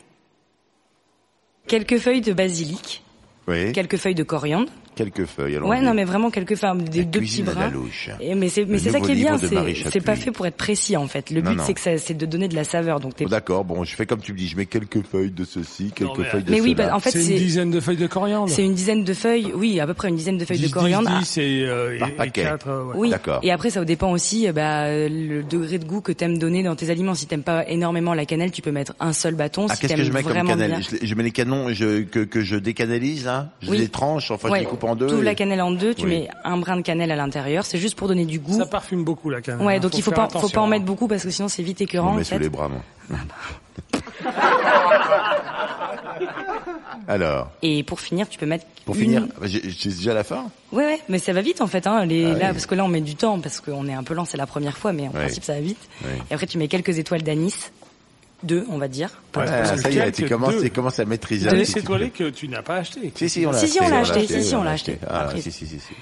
[SPEAKER 5] Quelques feuilles de basilic.
[SPEAKER 3] Oui.
[SPEAKER 5] Quelques feuilles de coriandre.
[SPEAKER 3] Quelques feuilles. allons-y.
[SPEAKER 5] Ouais, non, mais vraiment quelques femmes, des
[SPEAKER 3] La
[SPEAKER 5] deux petits
[SPEAKER 3] cuisine à
[SPEAKER 5] brins.
[SPEAKER 3] la louche.
[SPEAKER 5] Et mais c'est mais
[SPEAKER 3] Le
[SPEAKER 5] c'est ça
[SPEAKER 3] nouveau
[SPEAKER 5] qui est
[SPEAKER 3] livre
[SPEAKER 5] bien,
[SPEAKER 3] de Marie
[SPEAKER 5] c'est c'est pas
[SPEAKER 3] Chappuis.
[SPEAKER 5] fait pour être précis en fait. Le
[SPEAKER 3] Non,
[SPEAKER 5] but
[SPEAKER 3] non.
[SPEAKER 5] c'est que ça- c'est de donner de la saveur. Donc t'es-
[SPEAKER 3] Bon, D'accord, bon, je fais comme tu me dis, je mets quelques feuilles de ceci, quelques
[SPEAKER 4] mais-
[SPEAKER 3] feuilles de
[SPEAKER 5] mais oui,
[SPEAKER 3] cela.
[SPEAKER 5] bah, en fait
[SPEAKER 4] C'est une
[SPEAKER 5] c'est
[SPEAKER 4] dizaine de feuilles de coriandre.
[SPEAKER 5] c'est une dizaine de feuilles, oui, à peu près une dizaine de feuilles
[SPEAKER 4] 10,
[SPEAKER 5] de coriandre.
[SPEAKER 4] 10,
[SPEAKER 5] Ah,
[SPEAKER 4] 10 et, euh,
[SPEAKER 3] Par
[SPEAKER 4] et- et
[SPEAKER 3] paquet.
[SPEAKER 4] quatre, euh, ouais.
[SPEAKER 5] oui.
[SPEAKER 3] D'accord.
[SPEAKER 5] Et après ça dépend aussi euh, bah, le degré de goût que t'aimes donner dans tes aliments. Si t'aimes pas énormément la cannelle, tu peux mettre un seul bâton.
[SPEAKER 3] Ah,
[SPEAKER 5] si
[SPEAKER 3] qu'est-ce que
[SPEAKER 5] t'aimes
[SPEAKER 3] je mets comme
[SPEAKER 5] vraiment
[SPEAKER 3] cannelle
[SPEAKER 5] bien-
[SPEAKER 3] je, les- je mets les canons je, que, que je décanalise, là Je
[SPEAKER 5] Oui.
[SPEAKER 3] les tranche, enfin
[SPEAKER 5] Ouais,
[SPEAKER 3] je les coupe en deux.
[SPEAKER 5] Tout
[SPEAKER 3] et-
[SPEAKER 5] la cannelle en deux, tu
[SPEAKER 3] Oui.
[SPEAKER 5] mets un brin de cannelle à l'intérieur. C'est juste pour donner du goût.
[SPEAKER 4] Ça parfume beaucoup la cannelle.
[SPEAKER 5] Ouais,
[SPEAKER 4] hein,
[SPEAKER 5] donc il faut
[SPEAKER 4] faire
[SPEAKER 5] pas faut
[SPEAKER 4] attention,
[SPEAKER 5] pas en
[SPEAKER 4] hein.
[SPEAKER 5] mettre beaucoup parce que sinon c'est vite
[SPEAKER 3] Je me
[SPEAKER 5] écœurant en
[SPEAKER 3] mets sous
[SPEAKER 5] fait.
[SPEAKER 3] les
[SPEAKER 5] [LAUGHS]
[SPEAKER 3] bras, moi. Alors,
[SPEAKER 5] Et pour finir, tu peux mettre
[SPEAKER 3] pour
[SPEAKER 5] une-
[SPEAKER 3] finir, j'ai j'ai déjà la fin
[SPEAKER 5] Ouais, ouais, mais ça va vite en fait. Hein, les,
[SPEAKER 3] Ah
[SPEAKER 5] là,
[SPEAKER 3] oui.
[SPEAKER 5] parce que là, on met du temps parce qu'on est un peu lent, c'est la première fois, mais en
[SPEAKER 3] Ouais.
[SPEAKER 5] principe, ça va vite.
[SPEAKER 3] Ouais.
[SPEAKER 4] Ah,
[SPEAKER 5] Et après, tu mets quelques étoiles d'anis, deux, on va dire.
[SPEAKER 4] Ouais,
[SPEAKER 3] Ah,
[SPEAKER 4] parce que
[SPEAKER 3] Ça y est,
[SPEAKER 4] quatre,
[SPEAKER 3] tu
[SPEAKER 4] c'est
[SPEAKER 3] commences,
[SPEAKER 4] deux.
[SPEAKER 3] tu commences à maîtriser.
[SPEAKER 4] T'as
[SPEAKER 3] un
[SPEAKER 4] laissé
[SPEAKER 3] petit
[SPEAKER 4] toiler
[SPEAKER 3] peu.
[SPEAKER 4] que tu n'as pas acheté.
[SPEAKER 3] Si, si, on l'a
[SPEAKER 5] Si,
[SPEAKER 3] acheté.
[SPEAKER 5] si, on l'a acheté, si, si, on
[SPEAKER 3] on
[SPEAKER 5] l'a acheté.
[SPEAKER 3] Ah,
[SPEAKER 5] Après.
[SPEAKER 3] si, si, si, si.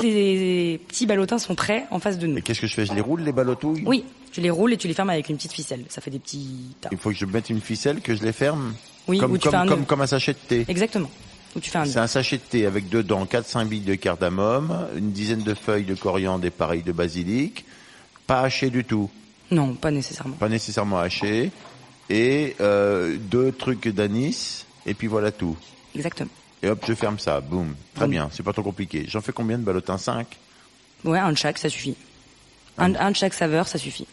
[SPEAKER 5] Tous les petits ballotins sont prêts en face de nous.
[SPEAKER 3] Et qu'est-ce que je fais Je les roule, les ballotouilles
[SPEAKER 5] Oui, tu les roules et tu les fermes avec une petite ficelle. Ça fait des petits tas.
[SPEAKER 3] Il faut que je mette une ficelle, que je les ferme
[SPEAKER 5] Oui,
[SPEAKER 3] comme,
[SPEAKER 5] ou tu
[SPEAKER 3] comme,
[SPEAKER 5] fais un
[SPEAKER 3] comme,
[SPEAKER 5] nœud.
[SPEAKER 3] comme un sachet de thé.
[SPEAKER 5] Exactement. Où tu fais un nœud.
[SPEAKER 3] C'est un sachet de thé avec dedans 4-5 billes de cardamome, une dizaine de feuilles de coriandre et pareil de basilic, pas haché du tout,
[SPEAKER 5] Non, pas nécessairement.
[SPEAKER 3] pas nécessairement haché, et euh, deux trucs d'anis, et puis voilà tout.
[SPEAKER 5] Exactement.
[SPEAKER 3] Et hop, je ferme ça, boum. Très
[SPEAKER 5] Boum.
[SPEAKER 3] bien, c'est pas trop compliqué. J'en fais combien de ballotins 5
[SPEAKER 5] Ouais, un de chaque, ça suffit.
[SPEAKER 3] Ah
[SPEAKER 5] Un, un de chaque saveur, ça suffit.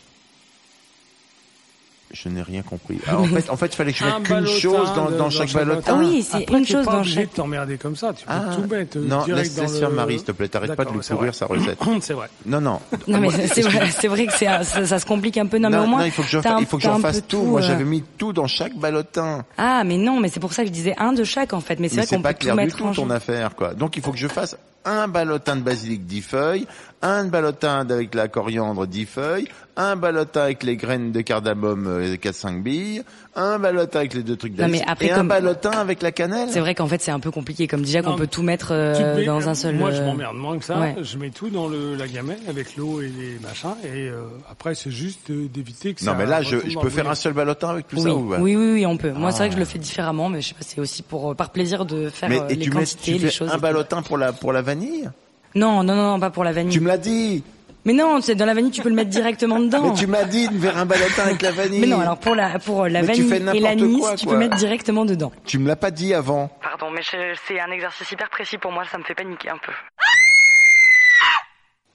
[SPEAKER 3] Je n'ai rien compris. Ah, en fait, en fait, il fallait
[SPEAKER 5] [LAUGHS]
[SPEAKER 3] que je mette qu'une
[SPEAKER 4] ballotin
[SPEAKER 3] chose dans,
[SPEAKER 4] de-
[SPEAKER 3] dans chaque
[SPEAKER 5] Ah
[SPEAKER 3] ballotin.
[SPEAKER 5] oui, c'est
[SPEAKER 4] Après,
[SPEAKER 5] une
[SPEAKER 4] t'es
[SPEAKER 5] chose
[SPEAKER 4] pas
[SPEAKER 5] dans
[SPEAKER 4] obligé
[SPEAKER 5] chaque-
[SPEAKER 4] de t'emmerder comme ça, tu peux
[SPEAKER 3] Ah,
[SPEAKER 4] tout mettre euh,
[SPEAKER 3] non,
[SPEAKER 4] direct
[SPEAKER 3] laisse,
[SPEAKER 4] dans
[SPEAKER 3] laisse
[SPEAKER 4] le-
[SPEAKER 3] faire Marie, s'il te plaît. T'arrêtes pas de
[SPEAKER 4] D'accord,
[SPEAKER 3] lui
[SPEAKER 4] c'est vrai.
[SPEAKER 3] pourrir sa recette.
[SPEAKER 4] C'est vrai.
[SPEAKER 3] Non, non.
[SPEAKER 5] Non mais
[SPEAKER 3] Moi,
[SPEAKER 5] c'est vrai, c'est vrai que c'est un- ça, ça se complique un peu. Non, mais
[SPEAKER 3] Ah non,
[SPEAKER 5] au moins,
[SPEAKER 3] non, il faut que je,
[SPEAKER 5] t'as un-
[SPEAKER 3] il faut que
[SPEAKER 5] t'as
[SPEAKER 3] j'en
[SPEAKER 5] un
[SPEAKER 3] fasse
[SPEAKER 5] peu
[SPEAKER 3] tout. Moi,
[SPEAKER 5] euh,
[SPEAKER 3] j'avais mis tout dans chaque ballotin.
[SPEAKER 5] Ah mais non, mais c'est pour ça que je disais un de chaque en fait. Mais c'est
[SPEAKER 3] Mais
[SPEAKER 5] vrai
[SPEAKER 3] c'est
[SPEAKER 5] qu'on peut
[SPEAKER 3] pas
[SPEAKER 5] tout
[SPEAKER 3] clair du
[SPEAKER 5] mettre
[SPEAKER 3] tout
[SPEAKER 5] en
[SPEAKER 3] ton affaire, quoi. Donc, il faut que je fasse un ballotin de basilic 10 feuilles, un ballotin avec la coriandre 10 feuilles, un ballotin avec les graines de cardamome euh, 4-5 billes, un ballotin avec les deux trucs
[SPEAKER 5] Non, mais
[SPEAKER 3] d'anis,
[SPEAKER 5] après,
[SPEAKER 3] et un
[SPEAKER 5] comme-
[SPEAKER 3] ballotin avec la cannelle.
[SPEAKER 5] C'est vrai qu'en fait c'est un peu compliqué comme déjà
[SPEAKER 4] Non,
[SPEAKER 5] qu'on peut tout mettre
[SPEAKER 4] Tu
[SPEAKER 5] euh,
[SPEAKER 4] mets-
[SPEAKER 5] dans un seul.
[SPEAKER 4] Moi, je
[SPEAKER 5] euh,
[SPEAKER 4] m'emmerde moins que ça.
[SPEAKER 5] ouais.
[SPEAKER 4] Je mets tout dans le, la gamelle avec l'eau et les machins. Et euh, après, c'est juste euh, d'éviter que ça.
[SPEAKER 3] Non, mais là, je,
[SPEAKER 4] retourne
[SPEAKER 3] je
[SPEAKER 4] dans
[SPEAKER 3] peux
[SPEAKER 4] le
[SPEAKER 3] faire
[SPEAKER 4] bouillon.
[SPEAKER 3] un seul ballotin avec tout
[SPEAKER 5] Oui.
[SPEAKER 3] ça ou pas
[SPEAKER 5] oui, oui, oui, on peut. Moi, c'est vrai que je le fais différemment, mais je sais pas, c'est aussi pour euh, par plaisir de faire
[SPEAKER 3] Ah. Mais
[SPEAKER 5] euh,
[SPEAKER 3] et
[SPEAKER 5] les
[SPEAKER 3] tu mets
[SPEAKER 5] quantités,
[SPEAKER 3] tu
[SPEAKER 5] les
[SPEAKER 3] fais
[SPEAKER 5] choses.
[SPEAKER 3] un ballotin pour la pour la vanille
[SPEAKER 5] Non, non, non, non, pas pour la vanille.
[SPEAKER 3] Tu me l'as dit.
[SPEAKER 5] Mais non, c'est dans la vanille, tu peux le mettre directement dedans.
[SPEAKER 3] [LAUGHS] Mais tu m'as dit de faire un
[SPEAKER 5] [LAUGHS]
[SPEAKER 3] ballotin avec la vanille.
[SPEAKER 5] Mais non, alors pour la pour euh, la
[SPEAKER 3] Mais tu
[SPEAKER 5] vanille
[SPEAKER 3] fais
[SPEAKER 5] et
[SPEAKER 3] n'importe
[SPEAKER 5] l'anis,
[SPEAKER 3] quoi,
[SPEAKER 5] tu
[SPEAKER 3] quoi.
[SPEAKER 5] peux mettre directement dedans.
[SPEAKER 3] Tu me l'as pas dit avant.
[SPEAKER 5] Pardon, mais c'est un exercice hyper précis pour moi, ça me fait paniquer un peu.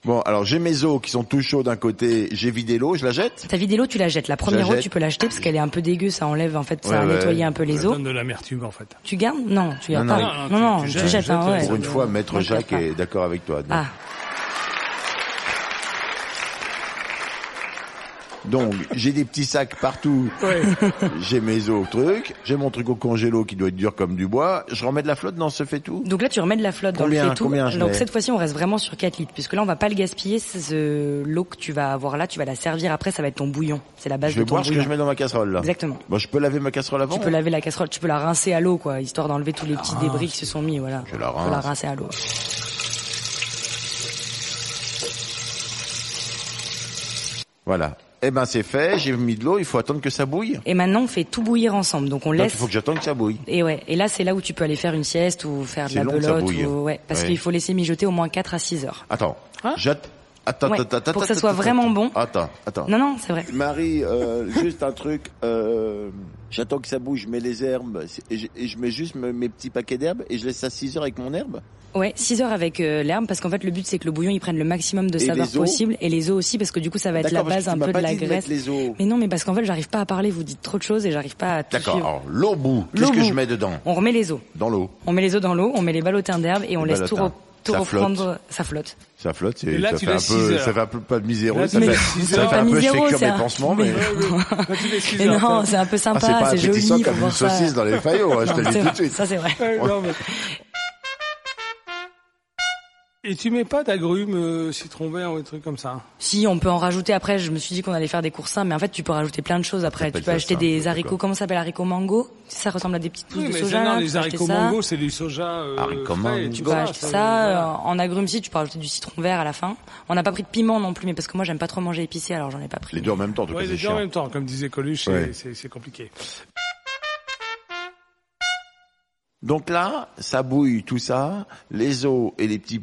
[SPEAKER 3] Bon, alors j'ai mes os qui sont tout chauds d'un côté, j'ai vidé l'eau, je la jette.
[SPEAKER 5] Ta vidéo, tu la jettes. La première
[SPEAKER 3] la
[SPEAKER 5] eau,
[SPEAKER 3] jette.
[SPEAKER 5] tu peux l'acheter parce qu'elle est un peu dégueu, ça enlève en fait, ça
[SPEAKER 3] Ouais,
[SPEAKER 5] a
[SPEAKER 3] ouais.
[SPEAKER 5] nettoyé un peu les
[SPEAKER 4] Ça
[SPEAKER 5] os.
[SPEAKER 4] donne de l'amertume, en fait.
[SPEAKER 5] Tu gardes Non, tu gardes
[SPEAKER 3] Non,
[SPEAKER 5] pas.
[SPEAKER 4] non,
[SPEAKER 5] non,
[SPEAKER 4] tu-
[SPEAKER 5] tu,
[SPEAKER 4] tu
[SPEAKER 5] jettes,
[SPEAKER 4] jettes,
[SPEAKER 5] hein, ouais.
[SPEAKER 4] Ça
[SPEAKER 3] Pour une
[SPEAKER 4] donne-
[SPEAKER 3] fois, maître
[SPEAKER 5] Moi, je garde
[SPEAKER 3] Jacques
[SPEAKER 5] pas.
[SPEAKER 3] est d'accord avec toi. donc.
[SPEAKER 5] Ah,
[SPEAKER 3] Donc, j'ai des petits sacs partout.
[SPEAKER 4] Ouais.
[SPEAKER 3] [LAUGHS] J'ai mes os au truc, j'ai mon truc au congélo qui doit être dur comme du bois. Je remets de la flotte dans ce fait tout.
[SPEAKER 5] donc là tu remets de la flotte
[SPEAKER 3] Combien-
[SPEAKER 5] dans le fait tout.
[SPEAKER 3] combien je
[SPEAKER 5] donc
[SPEAKER 3] mets
[SPEAKER 5] cette fois-ci on reste vraiment sur 4 litres puisque là on va pas le gaspiller. c'est ce- L'eau que tu vas avoir là, tu vas la servir après, ça va être ton bouillon. Ah, C'est la base
[SPEAKER 3] Je vais
[SPEAKER 5] de ton
[SPEAKER 3] boire ce que
[SPEAKER 5] bouillon.
[SPEAKER 3] je mets dans ma casserole là.
[SPEAKER 5] Exactement.
[SPEAKER 3] Bon, je peux laver ma casserole avant.
[SPEAKER 5] Tu peux laver la casserole, tu peux la rincer à l'eau quoi, histoire d'enlever tous les petits débris qui se sont mis, voilà.
[SPEAKER 3] Ah. Je la
[SPEAKER 5] Faut la
[SPEAKER 3] rince.
[SPEAKER 5] rincer à l'eau.
[SPEAKER 3] Voilà. Eh ben, c'est fait. J'ai mis de l'eau. Il faut attendre que ça bouille.
[SPEAKER 5] Et maintenant on fait tout bouillir ensemble. Donc on
[SPEAKER 3] Donc,
[SPEAKER 5] laisse
[SPEAKER 3] il faut que j'attende que ça bouille.
[SPEAKER 5] Et ouais, et là c'est là où tu peux aller faire une sieste ou faire de
[SPEAKER 3] C'est
[SPEAKER 5] la
[SPEAKER 3] long, ça
[SPEAKER 5] pelote
[SPEAKER 3] bouille.
[SPEAKER 5] ou ouais, parce
[SPEAKER 3] Ouais.
[SPEAKER 5] qu'il faut laisser mijoter au moins 4 à 6 heures.
[SPEAKER 3] Attends. J'attends. Attends,
[SPEAKER 5] Hein Ouais,
[SPEAKER 3] attends, attends.
[SPEAKER 5] pour que ça
[SPEAKER 3] attends,
[SPEAKER 5] soit
[SPEAKER 3] attends,
[SPEAKER 5] vraiment
[SPEAKER 3] attends.
[SPEAKER 5] bon.
[SPEAKER 3] Attends, attends.
[SPEAKER 5] Non non, c'est vrai.
[SPEAKER 3] Marie, euh, juste un truc. euh, J'attends que ça bouge, je mets les herbes c'est- et je, et je mets juste me- mes petits paquets d'herbes et je laisse ça 6 heures avec mon herbe.
[SPEAKER 5] Ouais, 6 heures avec euh, l'herbe parce qu'en fait le but c'est que le bouillon il prenne le maximum de
[SPEAKER 3] Et
[SPEAKER 5] saveur
[SPEAKER 3] les os
[SPEAKER 5] possible et les os aussi parce que du coup ça va être la
[SPEAKER 3] D'accord,
[SPEAKER 5] base
[SPEAKER 3] parce que tu
[SPEAKER 5] un
[SPEAKER 3] m'as
[SPEAKER 5] peu de
[SPEAKER 3] pas
[SPEAKER 5] la
[SPEAKER 3] dit de
[SPEAKER 5] graisse.
[SPEAKER 3] mettre les os.
[SPEAKER 5] Mais non, mais parce qu'en fait j'arrive pas à parler, vous dites trop de choses et j'arrive pas à tout
[SPEAKER 3] D'accord.
[SPEAKER 5] suivre.
[SPEAKER 3] Alors l'eau bout. Qu'est-ce
[SPEAKER 5] L'eau
[SPEAKER 3] que je
[SPEAKER 5] bout.
[SPEAKER 3] mets dedans
[SPEAKER 5] On remet les os.
[SPEAKER 3] Dans l'eau.
[SPEAKER 5] On met les os dans l'eau, on met les ballotins d'herbe et on
[SPEAKER 3] Les
[SPEAKER 5] laisse tout,
[SPEAKER 3] ballotins.
[SPEAKER 5] re- tout
[SPEAKER 3] Ça
[SPEAKER 5] reprendre, ça flotte.
[SPEAKER 3] Ça flotte. c'est-
[SPEAKER 4] Et là,
[SPEAKER 3] ça,
[SPEAKER 4] tu
[SPEAKER 3] fait un
[SPEAKER 4] laisses
[SPEAKER 3] peu,
[SPEAKER 4] six heures.
[SPEAKER 3] ça fait un peu pas de misère.
[SPEAKER 4] Là,
[SPEAKER 3] ça
[SPEAKER 4] tu
[SPEAKER 3] fait,
[SPEAKER 4] laisses
[SPEAKER 5] [LAUGHS]
[SPEAKER 4] six
[SPEAKER 3] ça
[SPEAKER 4] heures.
[SPEAKER 3] fait un
[SPEAKER 5] Pas
[SPEAKER 3] peu
[SPEAKER 5] miséreux,
[SPEAKER 3] sécure
[SPEAKER 5] c'est
[SPEAKER 3] mes
[SPEAKER 5] un-
[SPEAKER 3] pansements, mais.
[SPEAKER 4] [LAUGHS] Quand tu fais six
[SPEAKER 5] hein. Mais
[SPEAKER 4] heures,
[SPEAKER 5] non, c'est un peu
[SPEAKER 3] Ah, c'est
[SPEAKER 5] sympa,
[SPEAKER 3] pas
[SPEAKER 5] c'est joli,
[SPEAKER 3] appétissant
[SPEAKER 5] faut
[SPEAKER 3] comme une
[SPEAKER 5] voir ça.
[SPEAKER 3] saucisse [LAUGHS] dans les faillots, hein, je te
[SPEAKER 4] [LAUGHS]
[SPEAKER 5] Non, c'est
[SPEAKER 3] le dis tout
[SPEAKER 5] vrai,
[SPEAKER 3] de suite.
[SPEAKER 5] Ça c'est vrai.
[SPEAKER 4] Ouais, non, mais- Et tu mets pas d'agrumes, euh, citron vert ou des trucs comme ça hein
[SPEAKER 5] Si, on peut en rajouter après. Je me suis dit qu'on allait faire des courses sains, mais en fait, tu peux rajouter plein de choses après.
[SPEAKER 3] s'appelle
[SPEAKER 5] Tu peux
[SPEAKER 3] ça,
[SPEAKER 5] acheter
[SPEAKER 3] ça,
[SPEAKER 5] des
[SPEAKER 3] d'accord.
[SPEAKER 5] haricots, comment ça s'appelle haricots mango Ça ressemble à des petites pousses de
[SPEAKER 4] mais
[SPEAKER 5] soja.
[SPEAKER 4] non,
[SPEAKER 5] là, tu
[SPEAKER 4] les
[SPEAKER 5] peux acheter
[SPEAKER 4] haricots
[SPEAKER 5] ça.
[SPEAKER 4] mango, c'est du soja. euh,
[SPEAKER 3] Ah, Haricots
[SPEAKER 4] frais,
[SPEAKER 3] mango.
[SPEAKER 5] Tu
[SPEAKER 4] tout
[SPEAKER 5] peux
[SPEAKER 4] ça,
[SPEAKER 5] acheter
[SPEAKER 4] ça,
[SPEAKER 5] ça.
[SPEAKER 4] voilà.
[SPEAKER 5] euh, en agrumes, si, tu peux rajouter du citron vert à la fin. On n'a pas pris de piment non plus, mais parce que moi, j'aime pas trop manger épicé, alors j'en ai pas pris.
[SPEAKER 3] Les deux en même temps, en tout cas,
[SPEAKER 4] Ouais,
[SPEAKER 3] c'est
[SPEAKER 4] les deux en
[SPEAKER 3] chiant.
[SPEAKER 4] même temps, comme disait Coluche,
[SPEAKER 3] Ouais.
[SPEAKER 4] c'est- c'est c'est compliqué.
[SPEAKER 3] Donc là, ça bouille tout ça, les os et les petits